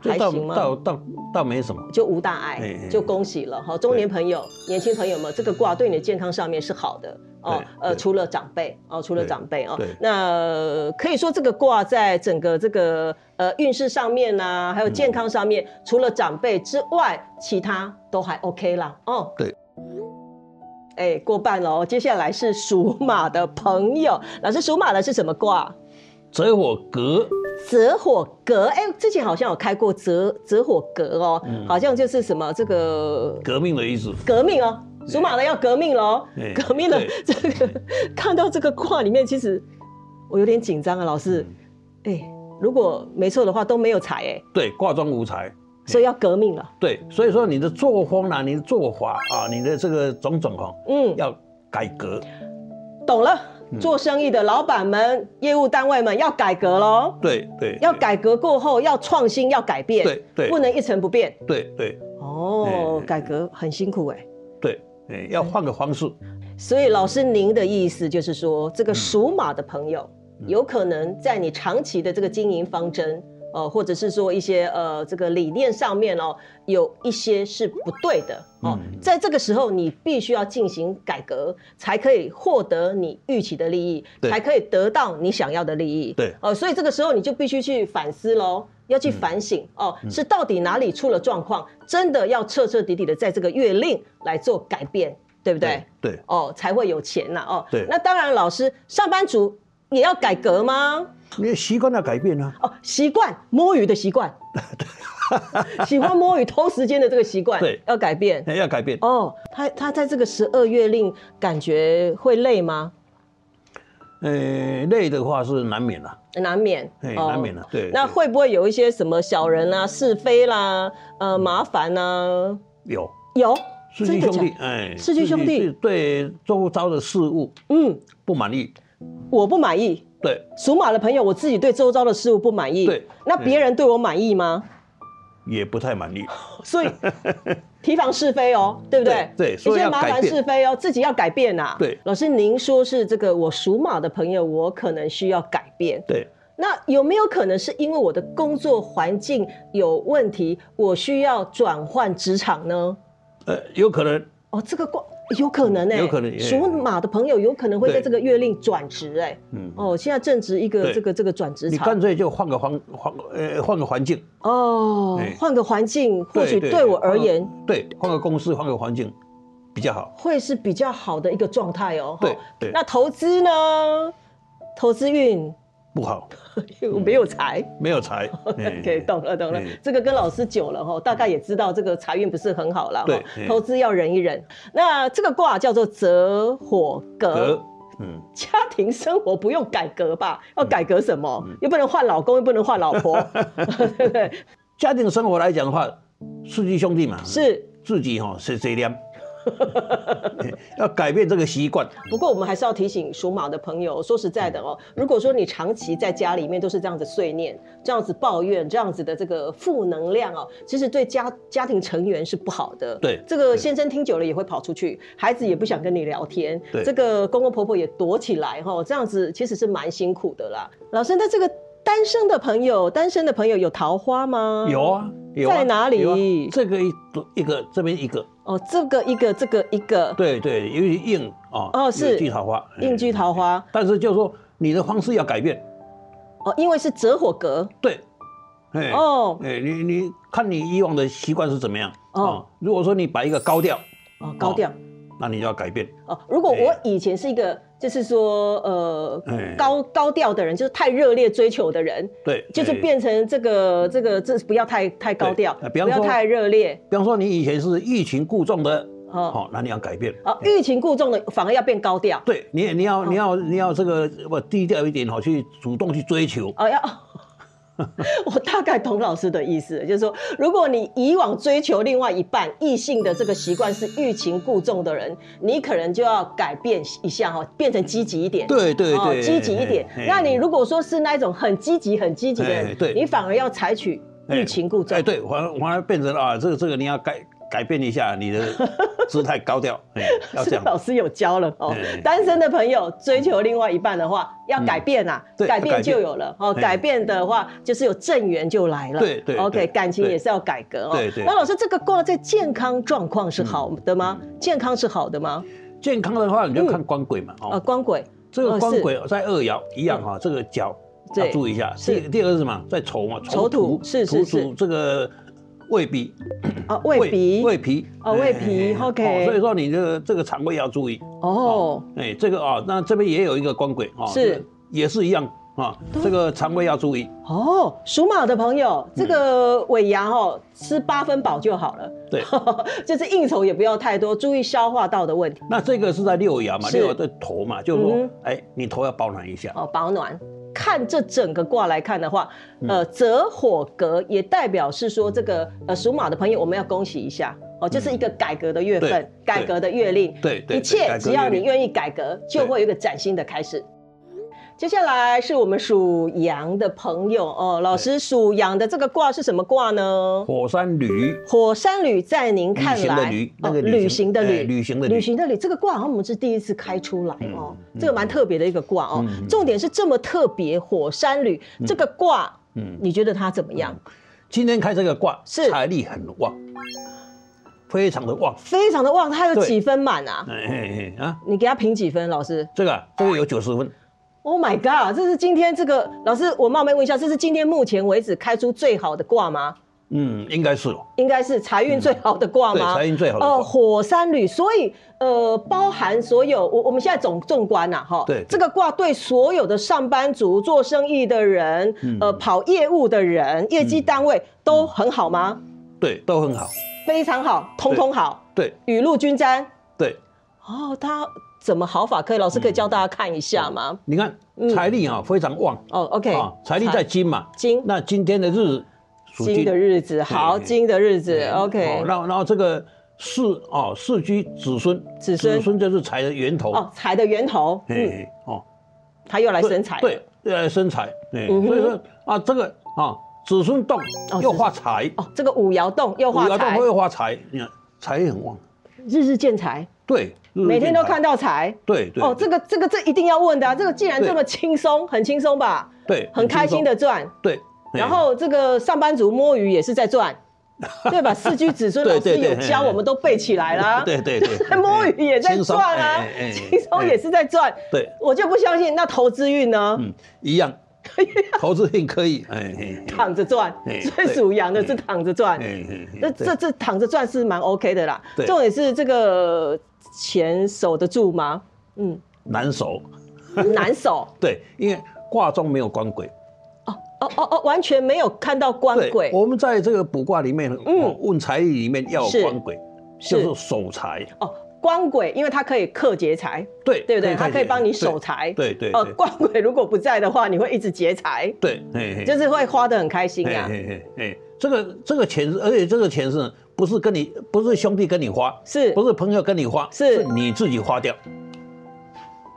这还倒行吗？倒倒倒没什么。就无大碍嘿嘿，就恭喜哎了哈。中年朋友、年轻朋友们，这个卦对你的健康上面是好的哦对。呃，对除了长辈哦，除了长辈哦对，那呃可以说这个卦在整个这个呃运势上面呢、啊，还有健康上嗯面，除了长辈之外，其他都还 OK 啦哦。对。哎，过半了哦，接下来是属马的朋友，老师属马的是什么卦？折火格，折火格，哎，之前好像有开过折折火格哦，嗯好像就是什么这个革命的意思。革命哦，属马的要革命喽对！革命了对，这个看到这个卦里面，其实我有点紧张啊，老师。嗯哎、如果没错的话，都没有财哎、对，卦中无才。所以要革命了。对，所以说你的作风啊，你的做法啊，你的这个种种哦，嗯，要改革。懂了。嗯做生意的老板们、业务单位们要改革喽，对对，要改革过后要创新，要改变，对对不能一成不变。对。对哦，嗯改革很辛苦哎、对对，哎，要换个方式。所以老师，您的意思就是说，这个属马的朋友，嗯有可能在你长期的这个经营方针，呃，或者是说一些呃这个理念上面哦，有一些是不对的哦。嗯在这个时候，你必须要进行改革，才可以获得你预期的利益，对才可以得到你想要的利益。对哦、所以这个时候你就必须去反思喽。要去反省、哦，嗯是到底哪里出了状况？真的要彻彻底底的在这个月令来做改变，对不对？对，哦，才会有钱呐、哦，对那当然，老师，上班族也要改革吗？你的习惯要改变啊。哦，习惯摸鱼的习 <laughs> 惯，喜欢摸鱼偷时间的这个习惯，对要改变。哎要改变。哦，他他在这个十二月令感觉会累吗？呃，累的话是难免啊了，难免，哦哎，难免了。对，那对会不会有一些什么小人啊、是非啦、呃麻烦呐、有有，嗯师弟兄假弟，哎，师弟兄弟是对周遭的事物嗯，不满意，我不满意。对，属马的朋友，我自己对周遭的事物不满意。对那对别人对我满意吗？也不太满意。所以提防是非 <laughs> 哦，对不对？嗯对对一所以些要麻烦改变是非哦，自己要改变呐、对老师，您说是这个我属马的朋友，我可能需要改变。对，那有没有可能是因为我的工作环境有问题，我需要转换职场呢？呃，有可能哦，这个光有可能哎、有可能哎属马的朋友有可能会在对这个月令转职哎、嗯哦，现在正值一个对这个这个转职你潮干脆就换个环环呃换个环境，哦哎，换个环境，或许对换我个而言，对，换个公司换个环境比较好。会是比较好的一个状态哦。对哈对那投资呢？投资运 <laughs> 不好，我没有财。没有财。 <laughs> OK，哎懂了懂了嗯，这个跟老师久了哈，大概也知道这个财运不是很好了哈对。嗯投资要忍一忍。那这个卦叫做泽火格格，嗯，家庭生活不用改革吧？要改革什么？嗯又不能换老公，又不能换老婆， <laughs> 对不 <laughs> 对？家庭生活来讲的话，四季兄弟嘛，是。自己哈谁谁 <laughs> 量，要改变这个习惯。不过我们还是要提醒属马的朋友，说实在的哦，如果说你长期在家里面都是这样子碎念、这样子抱怨、这样子的这个负能量哦，其实对家家庭成员是不好的。对这个先生听久了也会跑出去，孩子也不想跟你聊天，对这个公公婆婆也躲起来哈、哦，这样子其实是蛮辛苦的啦。老师，那这个单身的朋友，单身的朋友有桃花吗？有啊，有啊嗯在哪里有啊这个一一个，这边一个，哦，这个一个，这个一个，对对，尤其硬啊，哦是有聚桃花，应居桃花嗯。但是就是说你的方式要改变，哦，因为是折火格对，哎哦哎，你你看你以往的习惯是怎么样哦啊？如果说你摆一个高调，哦，高调。那你就要改变，哦，如果我哎以前是一个，就是说，呃，哎高高调的人，就是太热烈追求的人，对，就是哎变成这个这个这不要太太高调，对呃不比方要说太热烈比方说你以前是欲擒故纵的，哦。好，那你要改变。哎哦，欲擒故纵的反而要变高调，对你，你要你要你要这个不低调一点好去主动去追求。哦要。 <laughs> 我大概懂老师的意思，就是说，如果你以往追求另外一半异性的这个习惯是欲擒故纵的人，你可能就要改变一下哈，变成积极一点。对对哦，对，哎积极一点嘿。那你如嘿果说是那一种很积极、很积极的哎人，对你反而要采取欲擒故纵哎，。对，反而反而变成啊，这个这个你要改改变一下你 <laughs> 的姿态高调，哎，要是啊这 <laughs> 样。老师有教了哦哎，单身的朋友追求另外一半的话，要改变啊，嗯对改变要改变就有了哦。哎改变的话，就是有正缘就来了。对对，OK，对感情也是要改革哦对对。嗯那老师，这个卦在健康状况是好的吗？健康是好的吗？健康的话，你就看官鬼嘛，啊，哦，光轨这个哦官是嗯鬼在二爻一样哦哈，这个脚对要注意一下。是第第二个是什么？在丑嘛，丑土是是土是主这个胃鼻，啊，胃鼻胃脾哦胃脾哎哎哎 OK 哦所以说你这个这个肠胃要注意。哦，哎，这个啊、那这边也有一个官鬼啊，哦是这个也是一样啊、这个肠胃要注意。哦，属马的朋友，嗯这个尾牙哦，吃八分饱就好了。对， <laughs> 就是应酬也不要太多，注意消化道的问题那这个是在六爻嘛，是六爻的头嘛，就是说嗯哼，哎、你头要保暖一下。哦，保暖。看这整个卦来看的话，嗯呃，泽火格也代表是说这个呃属马的朋友，我们要恭喜一下哦，就是一个改革的月份，对改革的月令，对对，一切改革只要月你令愿意改革，就会有一个崭新的开始。接下来是我们属羊的朋友哦，老师属羊的这个卦是什么卦呢？火山旅火山旅在您看旅行的来，旅哦那个旅旅行行的旅，哎旅行的旅旅行的旅，这个卦好像我们是第一次开出来哦，嗯这个蛮特别的一个卦哦。嗯嗯重点是这么特别，火山旅这个卦，嗯你觉得它怎么样？今天开这个卦，是财力很旺，非常的旺。非常的旺，它有对几分满啊？哎哎哎啊，你给它评几分，老师这个啊这个有九十分， ？Oh my god！这是今天这个老师，我冒昧问一下，这是今天目前为止开出最好的卦吗？嗯，应该是哦。应该是财运最好的卦吗？嗯对财运最好的卦呃，火山旅，所以呃，包含所有我我们现在总纵观呐、哈，对对这个卦对所有的上班族、做生意的人，嗯呃，跑业务的人、业绩单位、都很好吗？对，都很好，非常好，通通好，对雨露均沾。对。哦，他怎么好法？可以，老师嗯可以教大家看一下吗？你看嗯财力啊、非常旺哦，OK，啊，财力在金嘛，金那今天的日子属金的日子，好，对金的日子对，OK，哦然后然后这个世哦，世居子孙，子孙就是财的源头。哦，财的源头，嘿嗯，嘿哦，他又来对生财，对，又来生财。哎，嗯哼所以说啊，这个啊，子孙动哦又化财，哦，这个五爻动又化五爻财动，又化财，你看财也很旺。日日见财，对，日日每天都见财看。到财。对对哦，这个这个这一定要问的啊！这个既然对这么轻松，很轻松吧，对很开心。的赚。对，然后这个上班族摸鱼也是在 <laughs> 赚，对吧？四居子孙老对师对对有教，嘿嘿我们都背起来了啊。对对对 <laughs> 在摸鱼也在赚啊哎哎哎哎，轻松也是在赚。对，我就不相信那投资运呢，嗯，一样，啊投资运可以。哎嘿嘿躺着赚，哎所以属羊的是躺着赚。哎嘿嘿那对这这躺着赚是蛮 OK 的啦。对重点是这个钱守得住吗？嗯，难守。难守。对，因为卦中没有官鬼。哦哦哦哦，完全没有看到官对，鬼，我们在这个卜卦里面，哦嗯嗯，问财里面要是有官鬼，就是守财。哦，光轨，因为它可以克劫财，对对不对？看它可以起来帮你对守财。对对哦对，光轨如果不在的话，你会一直劫财，对，嘿嘿，就是会花得很开心啊。嘿嘿嘿，这个这个钱是，而且这个钱是不是跟你不是兄弟跟你花，是不是朋友跟你花，是你自己花掉。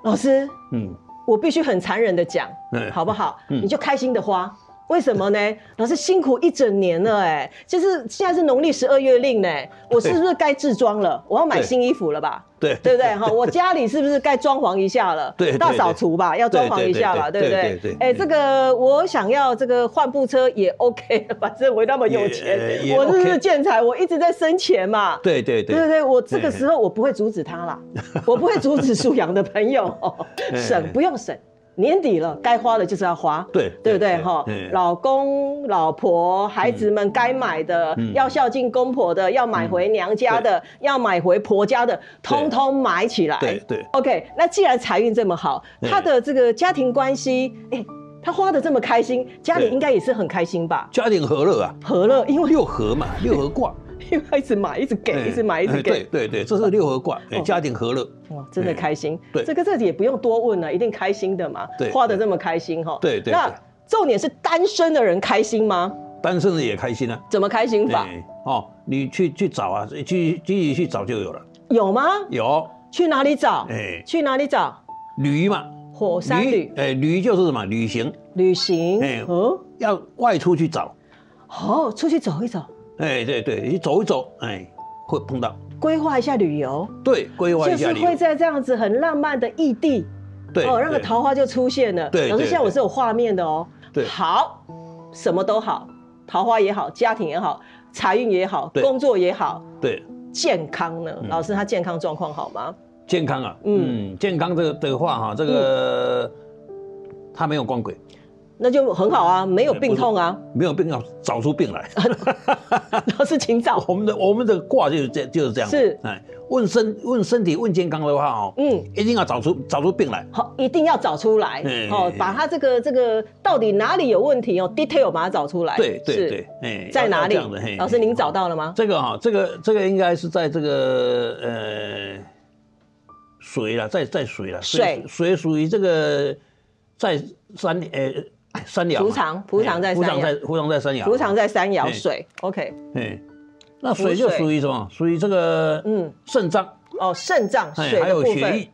老师，嗯，我必须很残忍的讲，嗯好不好？嗯你就开心的花。为什么呢？老师辛苦一整年了、哎，就是现在是农历十二月令呢、我是不是该置装了？我要买对新衣服了吧？ <laughs> 对对不对？哈，我家里是不是该装潢一下了？ <laughs> 对对大扫除吧，要装潢一下吧，对对不对对对？对对对嗯哎，这个我想要这个换部车也 OK，反 <laughs> 正我那么有也钱，也我日日 OK 建材，我一直在生钱嘛。对对对对对，我这个哎时候我不会阻止他 <laughs> 啦，我不会阻止苏阳的朋友哦哎省不用省，年底了该花的就是要花，对对不对哈哎？老公、老婆、孩子们该买的，嗯要孝敬公婆的，要买回娘家的，要买回婆家的，通通买起来。对对 OK，那既然财运这么好，对他的这个家庭关系，哎，他花的这么开心，家里对应该也是很开心吧？家庭和乐啊，和乐，因为 <laughs> 六合嘛，六合卦，因为他一直买，一直给，哎一直买，一直哎给对。对对，这是六合卦，哎哦家庭和乐。哇，真的嗯开心。对这个这也不用多问了，一定开心的嘛。对花的这么开心哈。对对那对重点是单身的人开心吗？单身的也开心啊。怎么开心法？哎哦，你去去找啊，去积极去找就有了。有吗？有去哪里找？哎去哪里找？驴嘛，火山旅哎，驴就是什么旅行，旅行。哎哦，要外出去找。好，出去走一走，哎，对对，你走一走，哎，会碰到。规划一下旅游，对，规划就一下是旅游会。在这样子很浪漫的异地，对，哦，让个对桃花就出现了。对老师，对现在我对是有画面的哦。对好，什么都好，桃花也好，家庭也好，财运也好，对工作也好，对健康呢？嗯老师，他健康状况好吗？健康啊，嗯嗯，健康这个的话哈，这个他没有光轨，那就很好啊，没有哎病痛 <laughs> 啊。没有病要找出 <laughs> 病来。老师，请早。我们的我们的卦就是这就是这样，是哎，问身问身体问健康的话哦，嗯，一定要找出找出病来。好，一定要找出来嗯哦，把他这个这个到底哪里有问题哦，detail 把它找出来。对对是对，哎，在要哪要里这样的嘿？哦老师，您找到了吗？这个哈，这个这个应该是在这个呃水啦，在在水啦，水水属于这个在山呃山崖嘛，浮长浮长在浮山长崖在浮长在山崖，浮长在山窑嗯水，OK，哎，那浮水就水属于什么？属于这个嗯嗯肾脏，哦，肾脏哎，水还的有部血分液，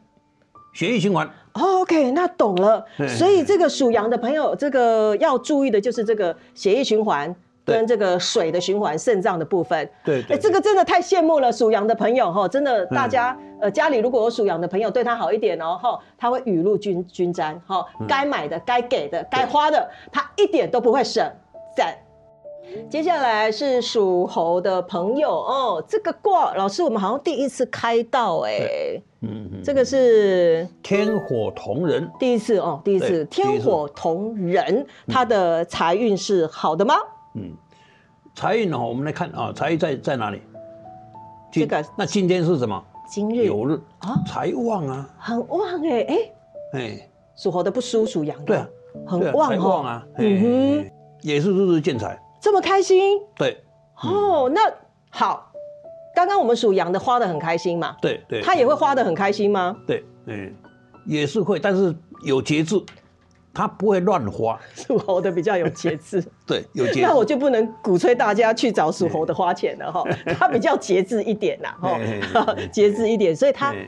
血液循环，哦，OK，那懂了。嗯所以这个属羊的朋友，这个要注意的就是这个血液循环对跟这个水的循环，肾脏的部分。对哎、对，这个真的太羡慕了，属羊的朋友哈，真的嗯大家、呃家里如果有属羊的朋友，对他好一点哦哈，他会雨露均均沾哈，嗯该买的、该给的、该花的，他一点都不会省，赞。接下来是属猴的朋友哦，这个卦老师我们好像第一次开到哎、嗯嗯，这个是天火同人，第一次哦，第一次对第一天次火同人，他的财运是好的吗？嗯，财运呢，我们来看啊，财运在在哪里？这今个那今天是什么？今日有日啊财旺啊，很旺哎、哎、哎，属猴的不输属羊的，对啊，对很啊旺财哦，旺啊，嗯哼嗯也是日日见财，这么开心对哦。那好，刚刚我们属羊的花的很开心嘛，对对，他也会花的很开心吗？对，嗯，也是会，但是有节制，他不会乱花，属猴的比较有节制，对，有 <laughs> 节制那。我就不能鼓吹大家去找属猴的花钱了哈， <laughs> 他比较节制一点呐，哈嘿嘿嘿，嘿节制一点，所以他哎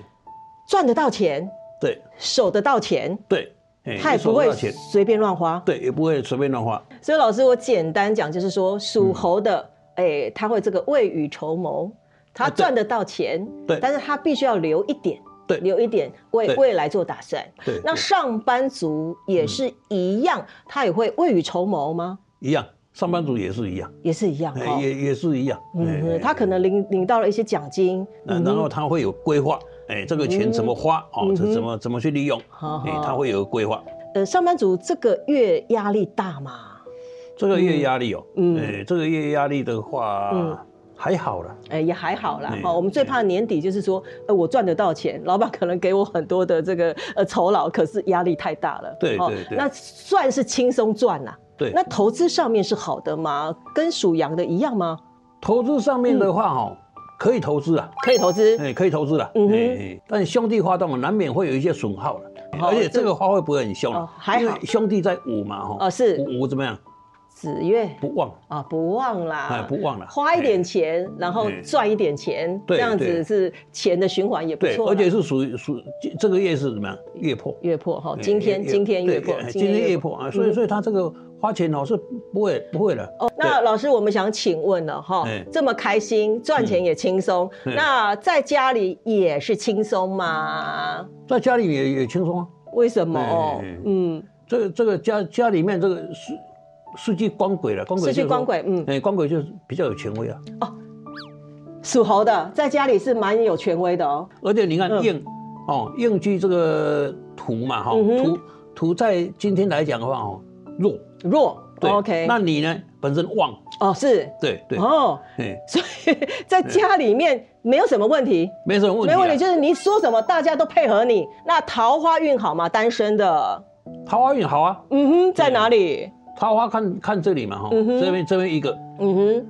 赚得到钱，对守得到钱。对，哎他也手不拿会钱，随便乱花，对，也不会随便乱花，所以老师，我简单讲就是说，属猴的，哎、他会这个未雨绸缪，他嗯啊对赚得到钱，对但是他必须要留一点，对留一点为对未来做打算。对那对嗯上班族也是一样，他也会未雨绸缪吗？一样，上班族也是一样，也是一样哎哈、也也是一样，哎嗯哼，他可能领领到了一些奖金，嗯那然后他会有规划，哎，这个钱怎么花哦，这怎么怎么去利用，好哎好，他会有个规划。呃，上班族这个月压力大嘛？这个月压力哦，嗯哎，这个月压力的嗯话还好了，哎，也还好啦，嗯哈、我们最怕年底就是说，呃，我赚得到钱，老板可能给我很多的这个呃酬劳，可是压力太大了，对哦对对那算是轻松赚啦。对那投资上面是好的吗？跟属羊的一样吗？投资上面的话哈、哦可以投资啊，可以投资，哎，可以投资了，嗯嗯哼哎哎但兄弟发动难免会有一些损耗了，哎哦而且这这个花会不会很凶啊哦？还好因为兄弟在午嘛，哈，哦是午午怎么样？子月不旺，啊，不忘哎，啦，不旺了，啊花一点哎。钱，然后哎赚一点钱，这对样子对是钱的循环也不对，错啦。而且是属于属这个月是怎么样？月破。月破哈，哎哦今天月今天月对破哎，今天月破啊，所以嗯所以他这个花钱哦是不会不会的。哦，那老师，我们想请问了哈哎，这么开心，赚钱也轻松，嗯那在家里也是轻松吗？在家里也也轻松啊，为什么？哎哎哎嗯，这个这个家家里面这个是失去光轨了，光轨失就是去说光，轨，嗯，哎，光轨就是比较有权威啊。属猴的在家里是蛮有权威的哦。而且你看嗯应、哦，应居这个土嘛哈、嗯哼土土在今天来讲的话哦，弱弱对。哦，OK，那你呢？本身旺，哦是对对，哦，哎，所以 <laughs> 在家里面没有什么问题，没什么问题、没啊。问题，就是你说什么大家都配合你。那桃花运好吗？单身的，桃花运好啊，嗯哼，在哪里？桃花看看这里嘛哈、嗯哼这边这边一个，嗯哼，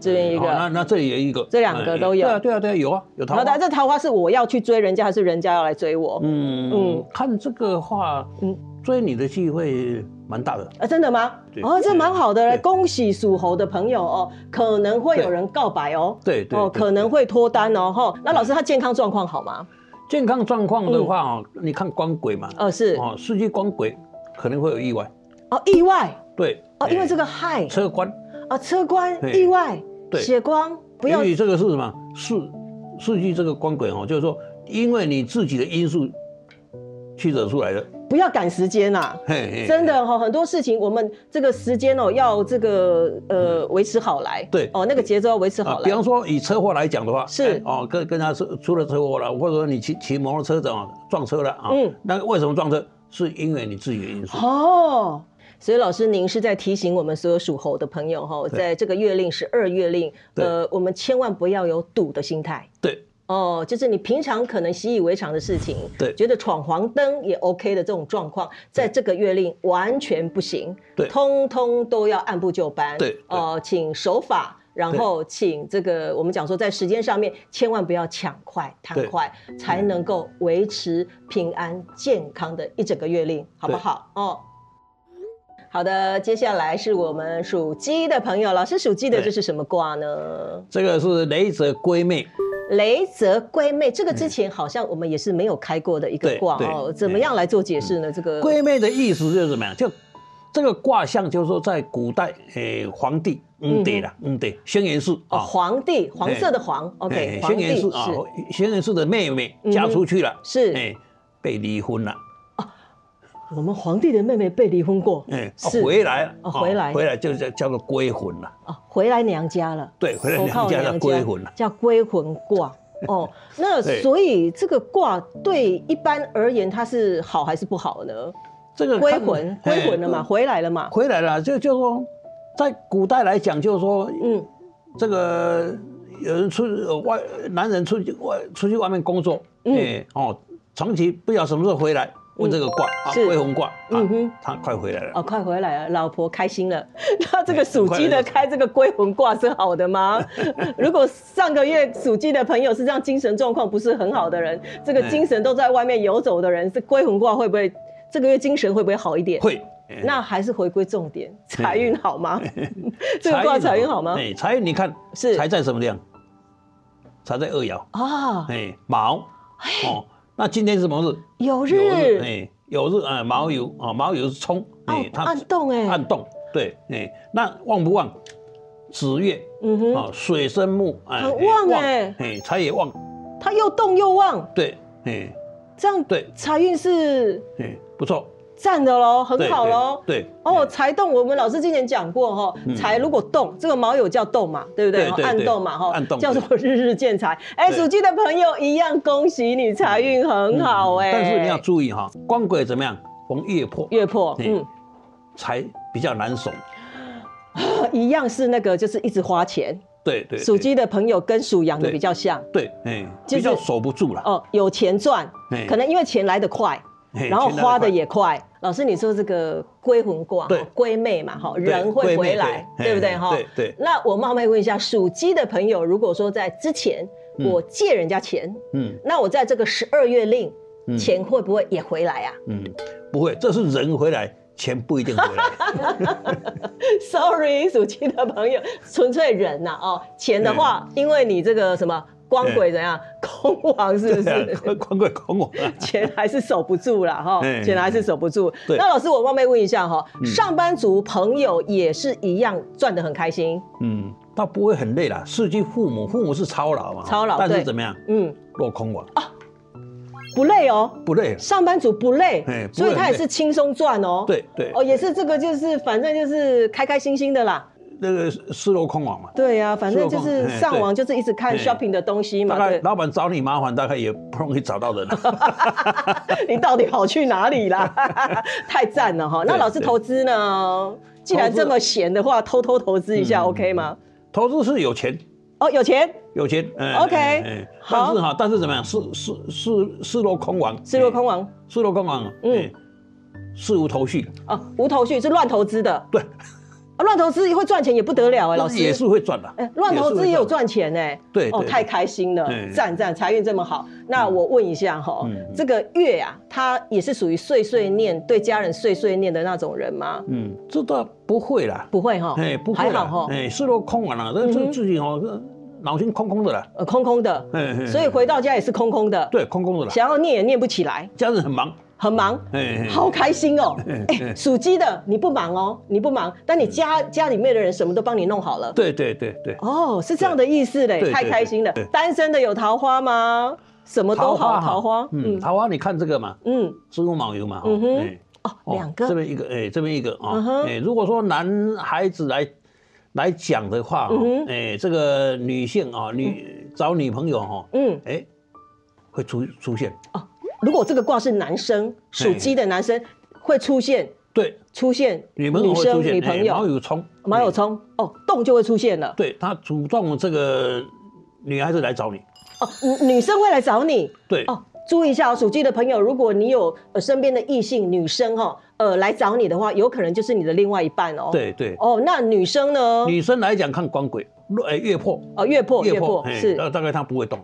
这边一好那个。那这里也一个，这两个都有哎对啊对啊对啊，有啊有桃然后大。花这桃花是我要去追人家，还是人家要来追我？嗯嗯嗯，看这个话，嗯嗯，追你的机会蛮大的。啊，真的吗？对哦，这蛮好的嘞，对恭喜属猴的朋友哦，可能会有对人告白哦，对对哦，对嗯可能会脱单哦，哈。那老师他健康状况好吗？健康状况的话哦，你看光轨嘛，嗯哦，是哦，失去光轨可能会有意外。哦，意外对，哦，因为这个个亥车关，啊，车关对意外，对血光不要因为这个是什么？是是据这个光轨哦，就是说，因为你自己的因素去惹出来的，不要赶时间呐、啊。嘿嘿真的哈、很多事情我们这个时间哦，要这个呃维持好来，嗯对哦，那个节奏要维持啊好，比来。方说以车祸来讲的话，是哎哦，跟跟他出出了车祸了，或者说你骑骑摩托车怎么撞车了啊？嗯那为什么撞车？是因为你自己的因素。哦，所以老师，您是在提醒我们所有属猴的朋友哈、对在这个月令十二月令，呃，我们千万不要有赌的心态。对，哦，就是你平常可能习以为常的事情，对觉得闯黄灯也 OK 的这种状况，在这个月令完全不行，对通通都要按部就班，对对哦、请守法。然后，请这个我们讲说，在时间上面千万不要抢快贪对快，才能够维持平安健康的一整个月令，好不对好？哦，好的，接下来是我们属鸡的朋友，老师属鸡的对这是什么卦呢？这个是雷泽龟妹，雷泽龟妹，这个之前好像我们也是没有开过的一个嗯对卦对嗯哦，怎么样来做解释呢？这个龟妹的意思就是怎么样？就这个卦象，就是说在古代，诶、皇帝，嗯对了，嗯对，轩辕氏哦，皇帝，黄色的黄哎，OK，轩皇帝辕氏是啊，轩辕氏的妹妹嗯哼嫁出去了，是哎，被离婚了，我们皇帝的妹妹被离婚过，哎，啊是回来了哦啊回来回来就叫叫做归魂了，哦，回来娘家了，对，回来我靠娘家娘叫归魂了，叫归魂卦。哦，那对所以这个卦对一般而言它是好还是不好呢？这个归看魂，归魂了嘛，，回来了嘛哎，回来了，就就说在古代来讲，就是说嗯，这个有人出呃外男人出去外出去外面工作，嗯哎哦，长期不晓得什么时候回来，问这个卦啊，是归魂卦嗯啊哼，他快回来了哦，。快回来了，老婆开心了。 <laughs> 那这个属鸡的很快乐开这个归魂卦是好的吗？ <laughs> 如果上个月属鸡的朋友是这样，精神状况不是很好的人，这个嗯精神都在外面游走的人，是归魂卦会不会这个月精神会不会好一点？。会，哎那还是回归重点，财运好 <laughs> 吗？这个财卦运财运好吗？哎，财运你看是财在什么地方？财在二爻，啊，哎，卯，哦，那今天是什么日？有酉日哎，酉日啊，卯酉啊，卯酉是冲，哦哎，，它暗动哎暗，动，对，哎，那旺不旺？子月嗯哼，啊，水生木，哎很旺哎哎，财也旺，它又动又旺，对，哎，这样对财运是哎，不错，赞的喽，很对好对喽。对，哦，哎，财动，我们老师之前讲过哈、财如果动，这个卯酉叫动嘛，对不对？嗯对对暗对动嘛哈，暗动叫做日日见财。哎，对属鸡的朋友一样，恭喜你财运很好哎、嗯但是你要注意哈，光轨怎么样？逢月破，月破，嗯嗯，，财比较难守， <coughs> 一样是那个就是一直花钱。对对，属对鸡的朋友跟属羊的对比较像对，哎，就是比较守不住了。哦，有钱赚哎，可能因为钱来得快，嘿然后钱来得花的快也快。老师，你说这个归魂卦，对哈归妹嘛，哈，对人会归妹回来，对对不对嘿哈？哎对对 <laughs> 那我冒昧问一下，属鸡的朋友，如果说在之前嗯我借人家钱，嗯那我在这个十二月令嗯钱会不会也回来 <laughs> 啊嗯，不会，这是人回来，钱不一定回来。 ？Sorry，属鸡的朋友，纯粹人呐、哦，钱的话，因为你这个什么光鬼怎样，空亡 <laughs> 是不 <laughs> 对是啊？，光棍空我啊。 <laughs> 钱还是守不住了 <laughs> 哈，哎钱还是守不住。对那老师，我冒昧问一下哈，嗯上班族朋友也是一样赚得很开心，嗯，他不会很累啦。世居父母，父母是操劳嘛，操劳但对是怎么样，嗯，落空网不累哦，不累。上班族不累哎，不会所以他也很累是轻松赚哦。，对对，哦，也是这个就是反正就是开开心心的啦。那个失落空网嘛，对呀、反正就是哎上对网就是一直看哎 shopping 的东西嘛大，概对，老板找你麻烦，大概也不容易找到人 <laughs> 了。你到底跑去哪里 <laughs> 啦？太赞了哈！那对老师对投资呢？既然投资这么闲的话，偷偷投资一下、嗯 OK 吗？投资是有钱，哦，有钱有钱。哎 OK，哎哎好但是哈，但是怎么样，是是是是落空网，失落空亡。哎，失落空网，嗯嗯，事无头绪，哦，无头绪是乱投资的，啊对，乱投资会赚钱也不得了哎，老但师是也是会赚的哎，，乱投资也有赚钱哎，对对哦，对太开心了对，赞赞，财运这么好。那我问一下哈嗯嗯，这个月啊，他也是属于碎碎念，对家人碎碎念的那种人吗？也是会赚的。嗯，这倒不会啦，不会哈，哎，不哦会还啦好哈，哎，失落空网了，这嗯哼这自己哦，这脑筋空空的了，呃，空空的，哎，哎所以回到家也是空空的，对空空的了，想要念也念不起来，家人很忙，很忙。哎，哎好，开心哦！嗯哎，嗯属鸡的你不忙哦，你不忙，但你家家里面的人什么都帮你弄好了。对对对对，哦，是这样的意思嘞，对太对开心了对对。单身的有桃花吗？什么都好，哈桃花，嗯，嗯桃花，你看这个嘛，嗯，植物毛油嘛，哈嗯哼哎哦，哦两个这，边一个，哎，这边一个嗯哼啊，哎，如果说男孩子来来讲的话，嗯哦哼哎，这个女性啊，女找女朋友哈，嗯，哎，会出出现，如果这个卦是男生，属鸡的男生会出现对，出现女朋友会生出现，女朋哎毛友，有冲，毛有哎，冲哦，动就会出现了对他主动这个女孩子来找你，哦，女女生会来找你对，哦。注意一下哦，属鸡的朋友，如果你有呃身边的异性女生哈、哦，呃来找你的话，有可能就是你的另外一半哦。。对对，哦，那女生呢？女生来讲看光鬼，哎，月破，哦，月破月破哎是大大概他不会动，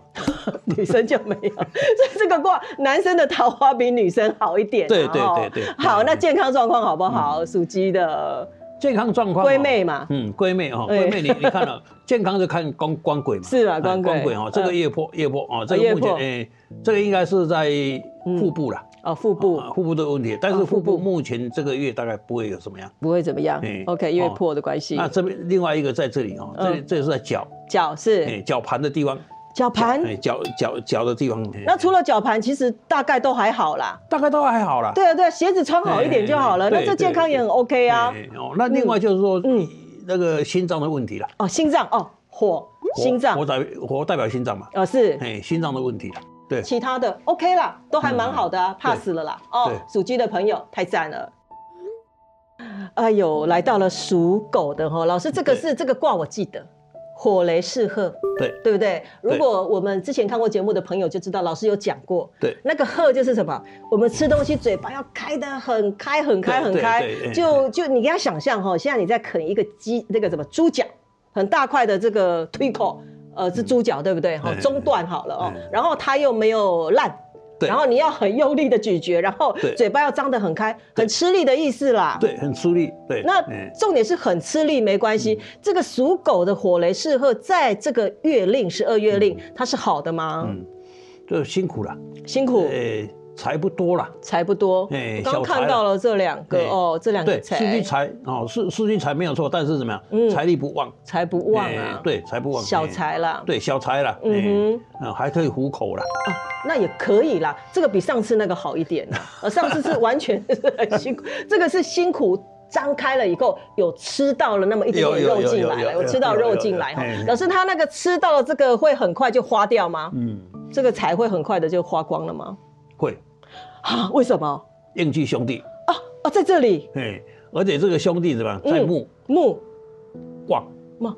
女生就没有，所以这个卦男生的桃花比女生好一点、啊。对对哦对对嗯好，那健康状况好不好？属鸡的健康状况，龟妹嘛，嗯，龟妹哈，哎龟妹你你看 <laughs> 了，健康就看光光鬼嘛，是啊哎光鬼光鬼哈，这个嗯夜破夜破啊，这夜个目前破哎，这个应该是在腹部啦，哦，腹部啊腹部的问题，但啊是腹腹部部目前这个月大概不会有什么样。不会怎么样哎。 OK，因为破的关系那，这边另外一个在这里哈，哦这里嗯这是在脚，脚是哎，脚盘的地方，脚盘。哎，脚脚脚的地方，哎那除了脚盘，其实大概都还好啦。大概都还好啦。对啊，对啊，鞋子穿好一点就好了。哎那对这健康也很 OK 啊。哎，哦，那另外就是说嗯，那个心脏的问题啦，哦，心脏哦，火火心脏火代火代表心脏嘛，哦是。哎，心脏的问题啦，对。其他的 OK 啦，都还蛮好的啊，怕死了啦。哦对，属鸡的朋友太赞了。哎呦，来到了属狗的哈、哦，老师这个是这个卦我记得，火雷噬鹤，对对不对？如果我们之前看过节目的朋友就知道，老师有讲过，对那个鹤就是什么？我们吃东西嘴巴要开得很开很开对很对开对，嗯就就你给他想象哈、哦，现在你在啃一个鸡那个什么猪脚，很大块的这个推口，呃，是猪脚对不对？哈、嗯中段好了哦嗯，然后它又没有烂。对然后你要很用力的咀嚼，然后对嘴巴要张得很开，很吃力的意思啦。，对，很吃力。对，那哎重点是很吃力，没关系。嗯这个属狗的火雷噬鹤，在这个月令十二月令，它是好的吗？嗯，就辛苦了，辛苦哎，财不多了。财不多，哎我刚小财看到了这两个哎哦，这两个对，四财季财哦，四四季财没有错，但是怎么嗯样，财力不旺，财不旺哎啊，，对，财不旺，小哎，财啦。对，小财了，嗯嗯嗯，还可以糊口了，哦，那也可以啦，这个比上次那个好一点啦。呃，上次是完全 <laughs> 是很辛苦，这个是辛苦张开了以后有吃到了那么一点点有有肉有进有来有了，有有吃到有有肉有进来哈嘿嘿。老师，他那个吃到了这个会很快就花掉吗？嗯，这个财会很快的就花光了吗？会啊，为什么？应聚兄弟，啊啊，在这里哎，而且这个兄弟怎么样，嗯在木木旺，木哦，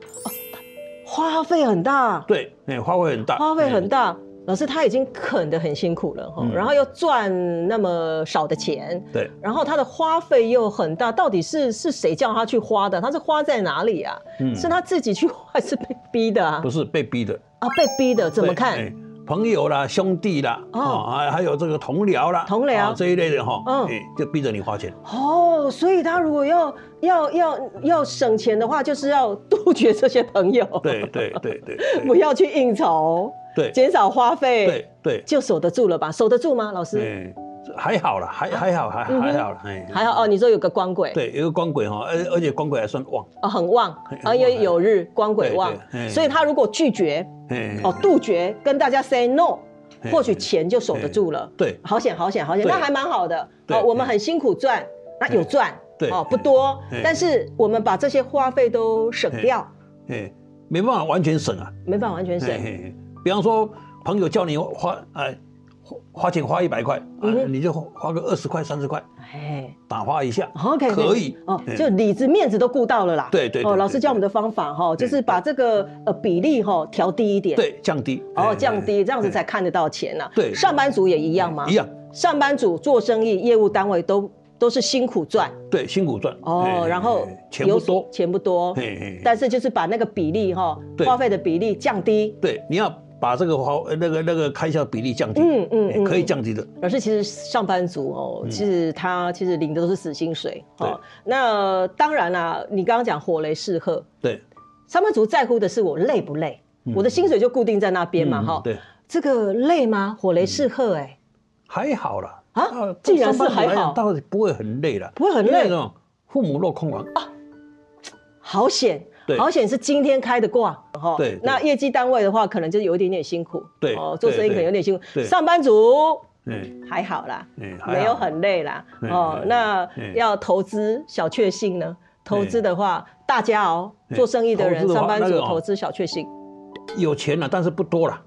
它花费很大，对，哎，花费很大， <laughs> 花费很哎，大。老师他已经啃得很辛苦了嗯哈，然后又赚那么少的钱，对，然后他的花费又很大，到底是是谁叫他去花的？他是花在哪里啊？嗯是他自己去花还是被逼的啊不？是被逼的。啊，被逼的，怎么对看哎？朋友啦、兄弟啦，哦哦，还还有这个同僚啦、同僚啊这一类的哈，嗯哎，就逼着你花钱。哦，所以他如果要要要要省钱的话，就是要杜绝这些朋友，对，对对对 <laughs> 不要去应酬，对 <laughs> 对减少花费，对 <laughs> 对，就守得住了吧？守得住吗，老师？哎，还好啦，还还好，还嗯哼还好啦，哎，还好哦，你说有个光轨，对，有个光轨哈，而而且光轨还算旺，哦，很旺很，而且旺有日光轨对旺对，哎所以他如果拒绝哎，哦，杜绝跟大家 say no，哎或许钱就守得住了。对好险，好险，好险，对那还蛮好的。对哦，我们对很辛苦赚，那有赚，对哦，不多对，但是我们把这些花费都省掉，哎，没办法完全省啊，没办法完全省哎。哎哎比方说朋友叫你花哎花花钱花一百块，啊嗯哼你就花个二十块、三十块哎打发一下， ，OK，可以哦，哎就里子面子都顾到了啦。对对对哦，对老师教我们的方法哈，就是把这个呃比例哈调低一点，，对降低，哦哎降低，这样子才哎看得到钱呐。对哎上班族也一样吗？一样，上班族做生意，业务单位都都是辛苦赚对，辛苦赚哦，哎然后哎钱有不多，钱不多，嘿嘿但是就是把那个比例哈，对花费的比例降低。对，你要把这个花呃那个那个开销比例降低，嗯嗯哎嗯可以降低的，老师，其实上班族哦，其实他其实领的都是死薪水哦嗯对。那当然啦、你刚刚讲火雷适合对，上班族在乎的是我累不累，我的薪水就固定在那边嘛嗯哈、对，嗯这个累吗？火雷适合哎、还好啦，啊到既然是上班族来还好讲倒是不会很累了，不会很因为累啊那种父母落空亡，啊好险对，好险是今天开的挂哈。对对那业绩单位的话，可能就有一点点辛苦。哦对做对生意可能对有点辛苦。对上班族哎还好啦，哎，还好没有很累啦。嗯哦，嗯那嗯要投资小确幸呢？投资的话，大家哦，嗯做生意的人，投资的上话班那族个哦投资小确幸，有钱了，但是不多了，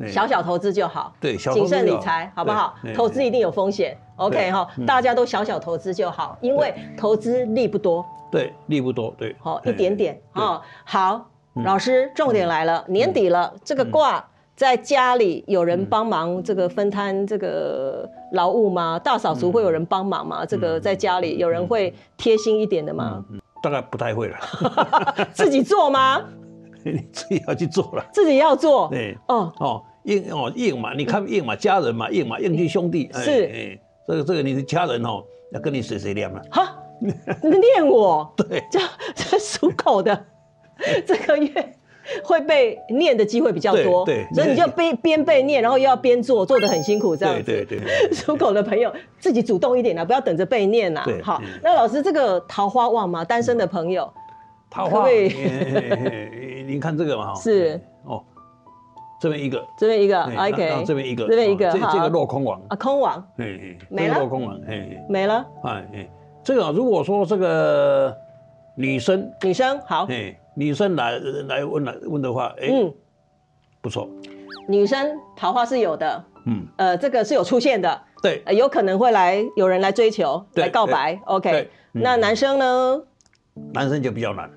哎小小投资就好。对小谨投资慎就理好财，好不对好？嗯投资一定有风险。OK 对哈，嗯大家都小小投资就好，因为投资利不多。对，利不多，对，好、哎一点点对嗯啊、好，老师，重点来了，年底了，这个卦在家里有人帮忙这个分摊这个劳务吗？大扫除会有人帮忙嗯吗？这个在家里有人会贴心一点的吗？哎大概不太会了， <laughs> 嗯 <laughs> 自己做吗？你自己要去做了，自己要做。嗯对，哦，哦，应哦应嘛，你看应嘛，家人嘛，应嘛，应去兄弟，哎嗯是哎，这个这个你的家人哦，要跟你谁谁亮了，哈，你念我， <laughs> 对，这这属狗 <laughs> 的这个月。会被念的机会比较多，对对所以你就边边被念，然后又要边做，做的很辛苦这样对子。<laughs> 对对对，属狗的朋友自己主动一点啊啦，不要等着被念啦对。好嗯，那老师这个桃花旺吗？单身的朋友桃可不花，可以嘿嘿嘿你看这个嘛，哦是哦，这边一个，这边一个啊哎那那，OK，这边一个，这边一个哦这好这个落空王，啊，空王嘿嘿，这没个了落空王，嘿嘿，没了，哎哎，这个啊如果说这个女生，女生好，哎，女生来来问来问的话，哎，嗯，不错，女生桃花是有的，嗯，呃，这个是有出现的，对，呃有可能会来有人来追求，对来告白，OK 对。嗯那男生呢？ <laughs> 男生就比较难，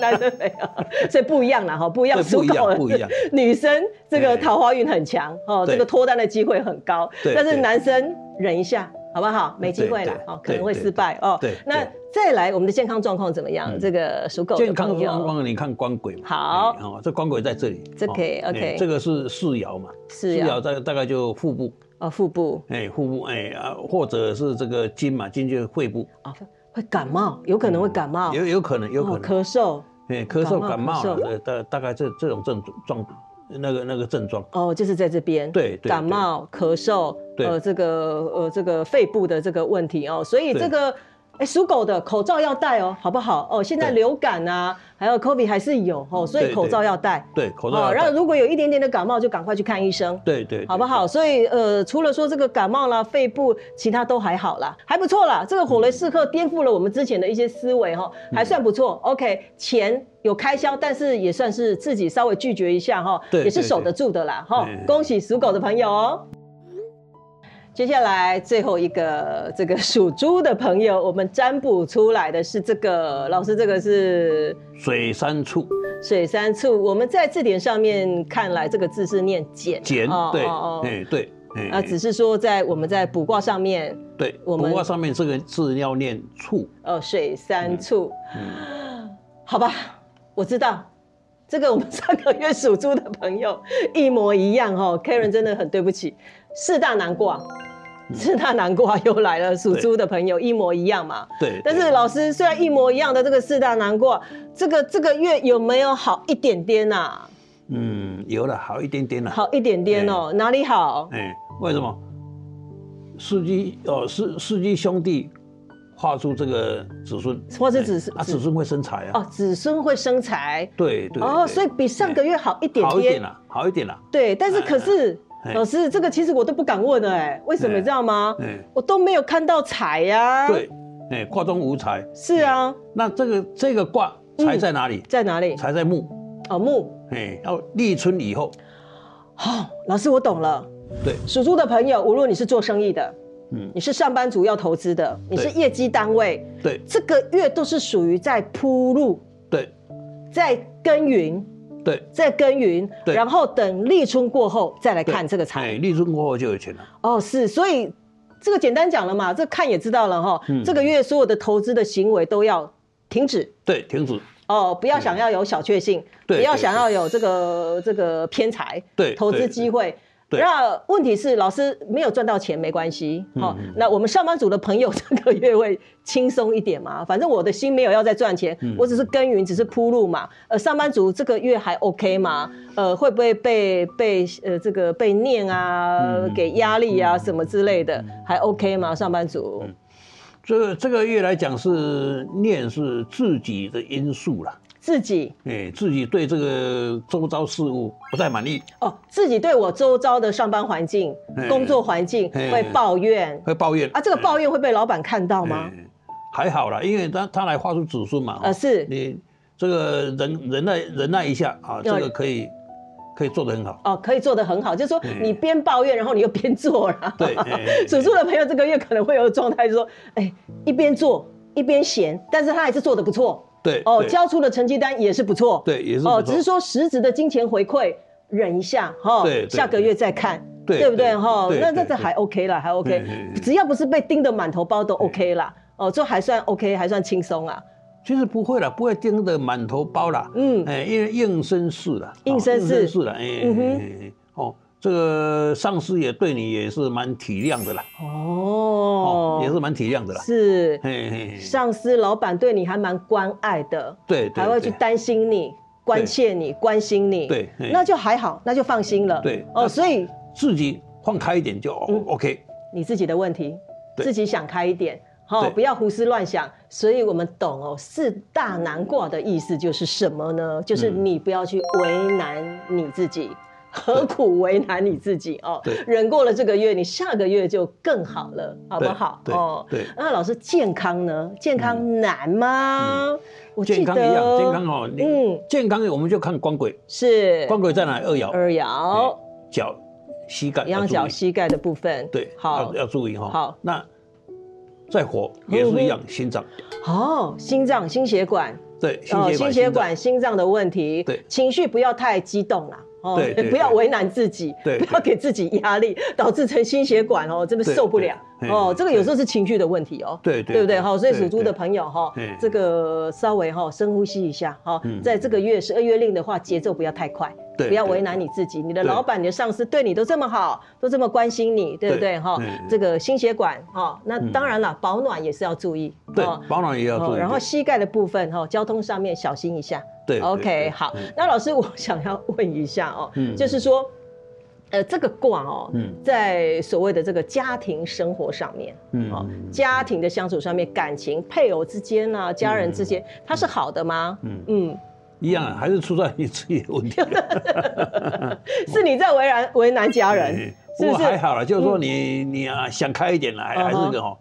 男生没有，所以不一样啦，哈，不一样，对不一样不一样。 <laughs> 女生这个哎桃花运很强哦，对这个脱单的机会很高，对但是对男生忍一下。好不好？没机会了对对哦，可对能会对失败哦。对那对嗯再来我们的健康状况怎么样？这个属狗的健康朋状友况你看官鬼嘛，好哎哦，这官鬼在这里，这哦可以哎 OK 这个是四爻嘛，是四啊爻，大概大概就腹部，哦，腹部哎，腹部，哎啊，或者是这个筋嘛，筋就是肺部，啊会感冒，有可能会感冒，有有可能，嗯有可哦能，咳嗽哎，咳嗽、感感冒冒咳啊嗽，呃大大概这这种症状，那个那个症状，哦，就是在这边对对感冒、咳嗽，对呃，这个呃这个肺部的这个问题哦，所以对这个。哎，属狗的口罩要戴哦，好不好？哦，现在对流感啊，还有 COVID 还是有哦，所以对口罩要戴。对，口哦罩，要然后戴，如果有一点点的感冒，就赶快去看医生，对对，对好不？好？所以呃，除了说这个感冒啦、肺部，其他都还好啦，还不错啦。这个火雷四克颠覆了我们之前的一些思维哈、哦，嗯还算不错。OK，钱有开销，但是也算是自己稍微拒绝一下哈、哦，对也是对守对得住的啦哈、嗯恭喜属狗的朋友哦。接下来最后一个这个属猪的朋友，我们占卜出来的是这个老师，这个是水三处，水三醋，我们在字典上面看来这个字是念减，减哦对，哦哦哎对，哎啊，只是说在我们在卜卦上面，对，我不们过上面这个字要念醋，呃，水三醋，嗯，好吧，我知道。这个我们上个月属猪的朋友一模一样哦，Karen 嗯真的很对不起，四大难卦，四大难卦又来了，属猪的朋友一模一样嘛。对。但是对老师虽然一模一样的这个四大难卦，这个这个月有没有好一点点呐、嗯，有了好一点点了。好一点点哦、哪里好？哎，为什么？司机哦，司司机兄弟画出这个子孙，画出哎子孙啊，子子孙会生财啊。哦，子孙会生财对对。哦，对哎所以比上个月好一点好一点点。了，好一点啊了。对，但是可是、哎哎老师，这个其实我都不敢问的哎，为什么哎你知道吗？哎，我都没有看到财呀、对，嗯哎，卦中无财。是啊，那这个这个卦财在哪里？在哪里？财在木。哦，木。哎，要立春以后。哦，老师，我懂了。对，属猪的朋友，无论你是做生意的，嗯，你是上班族要投资的，你是对业绩单位，对这个月都是属于在铺路，对在耕耘，对。在耕耘，对然后等立春过后再来对看这个财哎，。立春过后就有钱了。哦，是，所以这个简单讲了嘛，这看也知道了哈。嗯这个月所有的投资的行为都要停止对，停止。哦，不要想要有小确幸，对不要对想要有这个这个偏财，对投资对机会。对那问题是，老师没有赚到钱没关系，好、嗯嗯那我们上班族的朋友这个月会轻松一点嘛？ <laughs> 反正我的心没有要再赚钱，嗯我只是耕耘，只是铺路嘛。呃，上班族这个月还 OK 吗？呃，会不会被被呃这个被念啊，嗯嗯给压力啊、什么之类的，还 OK 吗？上班族、这个这个月来讲是念是自己的因素了，自己哎，自己对这个周遭事物不太满意，哦，自己对我周遭的上班环境、哎工作环境哎会抱怨会抱怨啊，这个抱怨会被老板看到好吗？还好啦，因为他他来画出子孙嘛，哦呃，是你这个忍忍耐忍耐一下啊，这个可以可以做得很好。哦，可以做得很好，就是说嗯你边抱怨，然后你又边做啦。对嗯属猪的朋友这个月可能会有个状态，就是说，哎，一边做一边闲，但是他还是做得不错对哦，对交出的成绩单也是不错，对也是哦，不只是错，说实质的金钱回馈忍一下哈对，对下个月再看。对对不对对哈？对那对那这对还 OK 啦，还 OK，嗯嗯嗯只要不是被盯得满头包都 OK 啦，哦，就还算 OK，还算轻松啊。其实不会啦，不会盯得满头包啦。嗯哎，因为应生事啦，应生事哦应生事啦，哎嗯哼哎哎哎哦，这个上司也对你也是蛮体谅的啦，哦，哦，也是蛮体谅的啦。是嘿嘿嘿上司、老板对你还蛮关爱的，对对，还会去对担心你、关切你、关心你，对嘿那就还好，那就放心了。对哦，那所以自己放开一点就哦嗯 OK。你自己的问题，对自己想开一点，好、对不要胡思乱想。所以我们懂哦，四大难卦的意思就是什么呢？就是嗯你不要去为难你自己。何苦为难你自己哦对？忍过了这个月，你下个月就更好了，好不好？对哦，对那老师，健康呢？健康难吗？我记嗯健康一样，得健康哦，你嗯健康我们就看光轨，是光轨在哪？二爻、二 <laughs> 爻，脚、膝盖一样要注脚意膝盖的部分。对，啊好要要注意哈。好，嗯那再火也是一样，心脏哦，心脏、心血管，对，心血哦，管、心血脏管、心脏的问题，对情绪不要太激动啦。哦对对不要为难自己，对对不要给自己压力，导致成心血管哦，真的对受不了对对哦。对这个有时候是情绪的问题哦，对对对不对？哈，所以对属猪的对朋友哈对，这个稍微哈深呼吸一下哈嗯，在这个月十二月令的话，节奏不要太快，对不要对为难你自己，你的对老板、你的上司对你都这么好，都这么关心你，对不对对哈对？这个心血管哈，那嗯当然了，保暖也是要注意，对哦，保暖也要注哦，意。然后膝盖的部分哈、哦，交通上面小心一下。对对 OK，对好嗯。那老师，我想要问一下哦，嗯就是说，呃，这个卦哦，嗯在所谓的这个家庭生活上面，嗯哦嗯，家庭的相处上面，感情、配偶之间啊，家人之间，它是好的吗？嗯嗯，一样啊，还是出在你自己 <laughs> 的问题。是你在为难为难家人哎，是不不过是？还好了，就是说你你啊想开一点了，还还嗯哼是个哦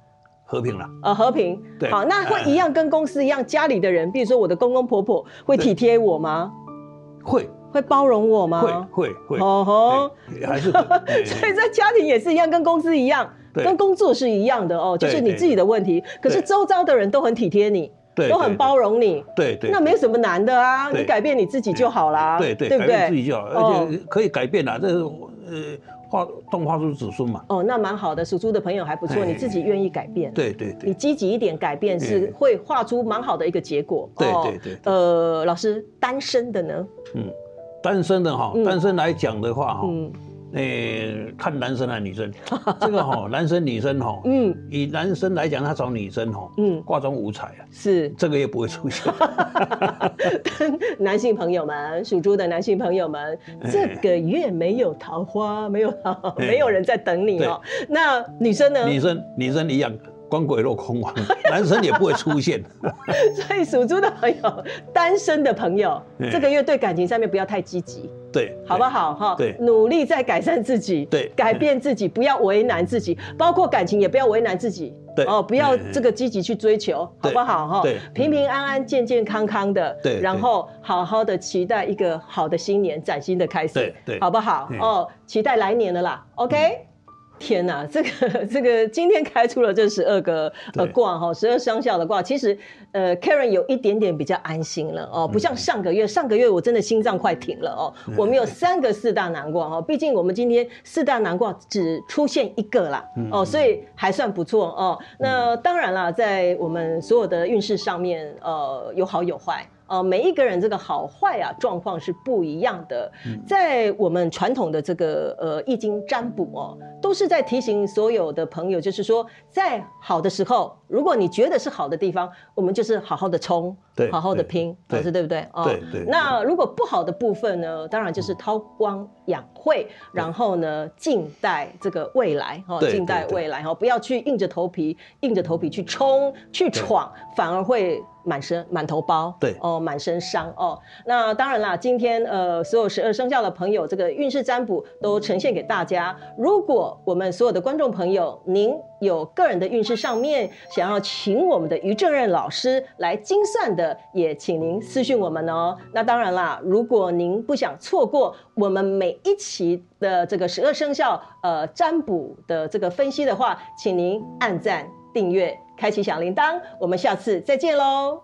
和平了。呃，和平。对好，那会一样跟公司一样，家里的人，比如说我的公公婆婆，会对体贴我吗？会会包容我吗？会会会，哦吼。 <laughs> 哎还是会 <laughs> 哎所以在家庭也是一样，跟公司一样，对跟工作是一样的哦，就对是你自己的问题。可是对周遭的人都很体贴你，对都很包容你，对对，那没有什么难的啊，对你改变你自己就好啦，对对，对改不变自对？己就好，哦而且可以改变啊啦，这是呃化动画出子孙嘛，哦，那蛮好的，属猪的朋友还不错，嘿你自己愿意改变，哎对对对你。积极一点改变是嗯会画出蛮好的一个结果。对哦对对对呃，老师，单身的呢？嗯，单身的哈嗯，单身来讲的话哈，嗯诶、看男生还是女生，这个哈，男生女生哈，嗯 <laughs> 以男生来讲，他找女生哈， <laughs> 嗯，卦中无才啊，是这个也不会 <laughs> 出现。男性朋友们，属猪的男性朋友们，哎这个月没有桃花，没有 <laughs> 桃花，哎没有人在等你哦。那女生呢？女生女生一样，光鬼落空亡， <laughs> 男生也不会出现。 <laughs> <laughs> 所以属猪的朋友，单身的朋友，哎这个月对感情上面不要太积极，对，好不？好？哈，对努力在改善自己，对改变自己，不要为难自己，包括感情也不要为难自己，对哦，不要嗯嗯这个积极去追求，好对不好？哈，对平平安安、健健康康的，对对然后好好的期待一个好的新年、崭新的开始，对对好不好？嗯哦，期待来年了啦，OK。天呐，这个这个今天开出了这十二个呃对卦哈，十二生肖的卦，其实呃 Karen 有一点点比较安心了哦，不像上个月，上个月我真的心脏快停了哦，我们有三个四大难卦哦，毕竟我们今天四大难卦只出现一个啦嗯哦，所以还算不错哦。那当然啦，在我们所有的运势上面，呃，有好有坏。呃，每一个人这个好坏啊状况是不一样的，嗯在我们传统的这个呃易经占卜哦，都是在提醒所有的朋友，就是说在好的时候，如果你觉得是好的地方，我们就是好好的冲，对好好的拼，对老师对不对？哦对对嗯那如果不好的部分呢，当然就是韬光养晦，然后呢静待这个未来哦，对静待对对未来哦，不要去硬着头皮，硬着头皮去冲去闯，反而会满身满头包，对哦，满身伤哦。那当然啦，今天呃，所有十二生肖的朋友，这个运势占卜都呈现给大家。如果我们所有的观众朋友，您有个人的运势上面想要请我们的于正任老师来精算的，也请您私讯我们哦。那当然啦，如果您不想错过我们每一期的这个十二生肖呃占卜的这个分析的话，请您按赞、订阅、开启小铃铛，我们下次再见喽。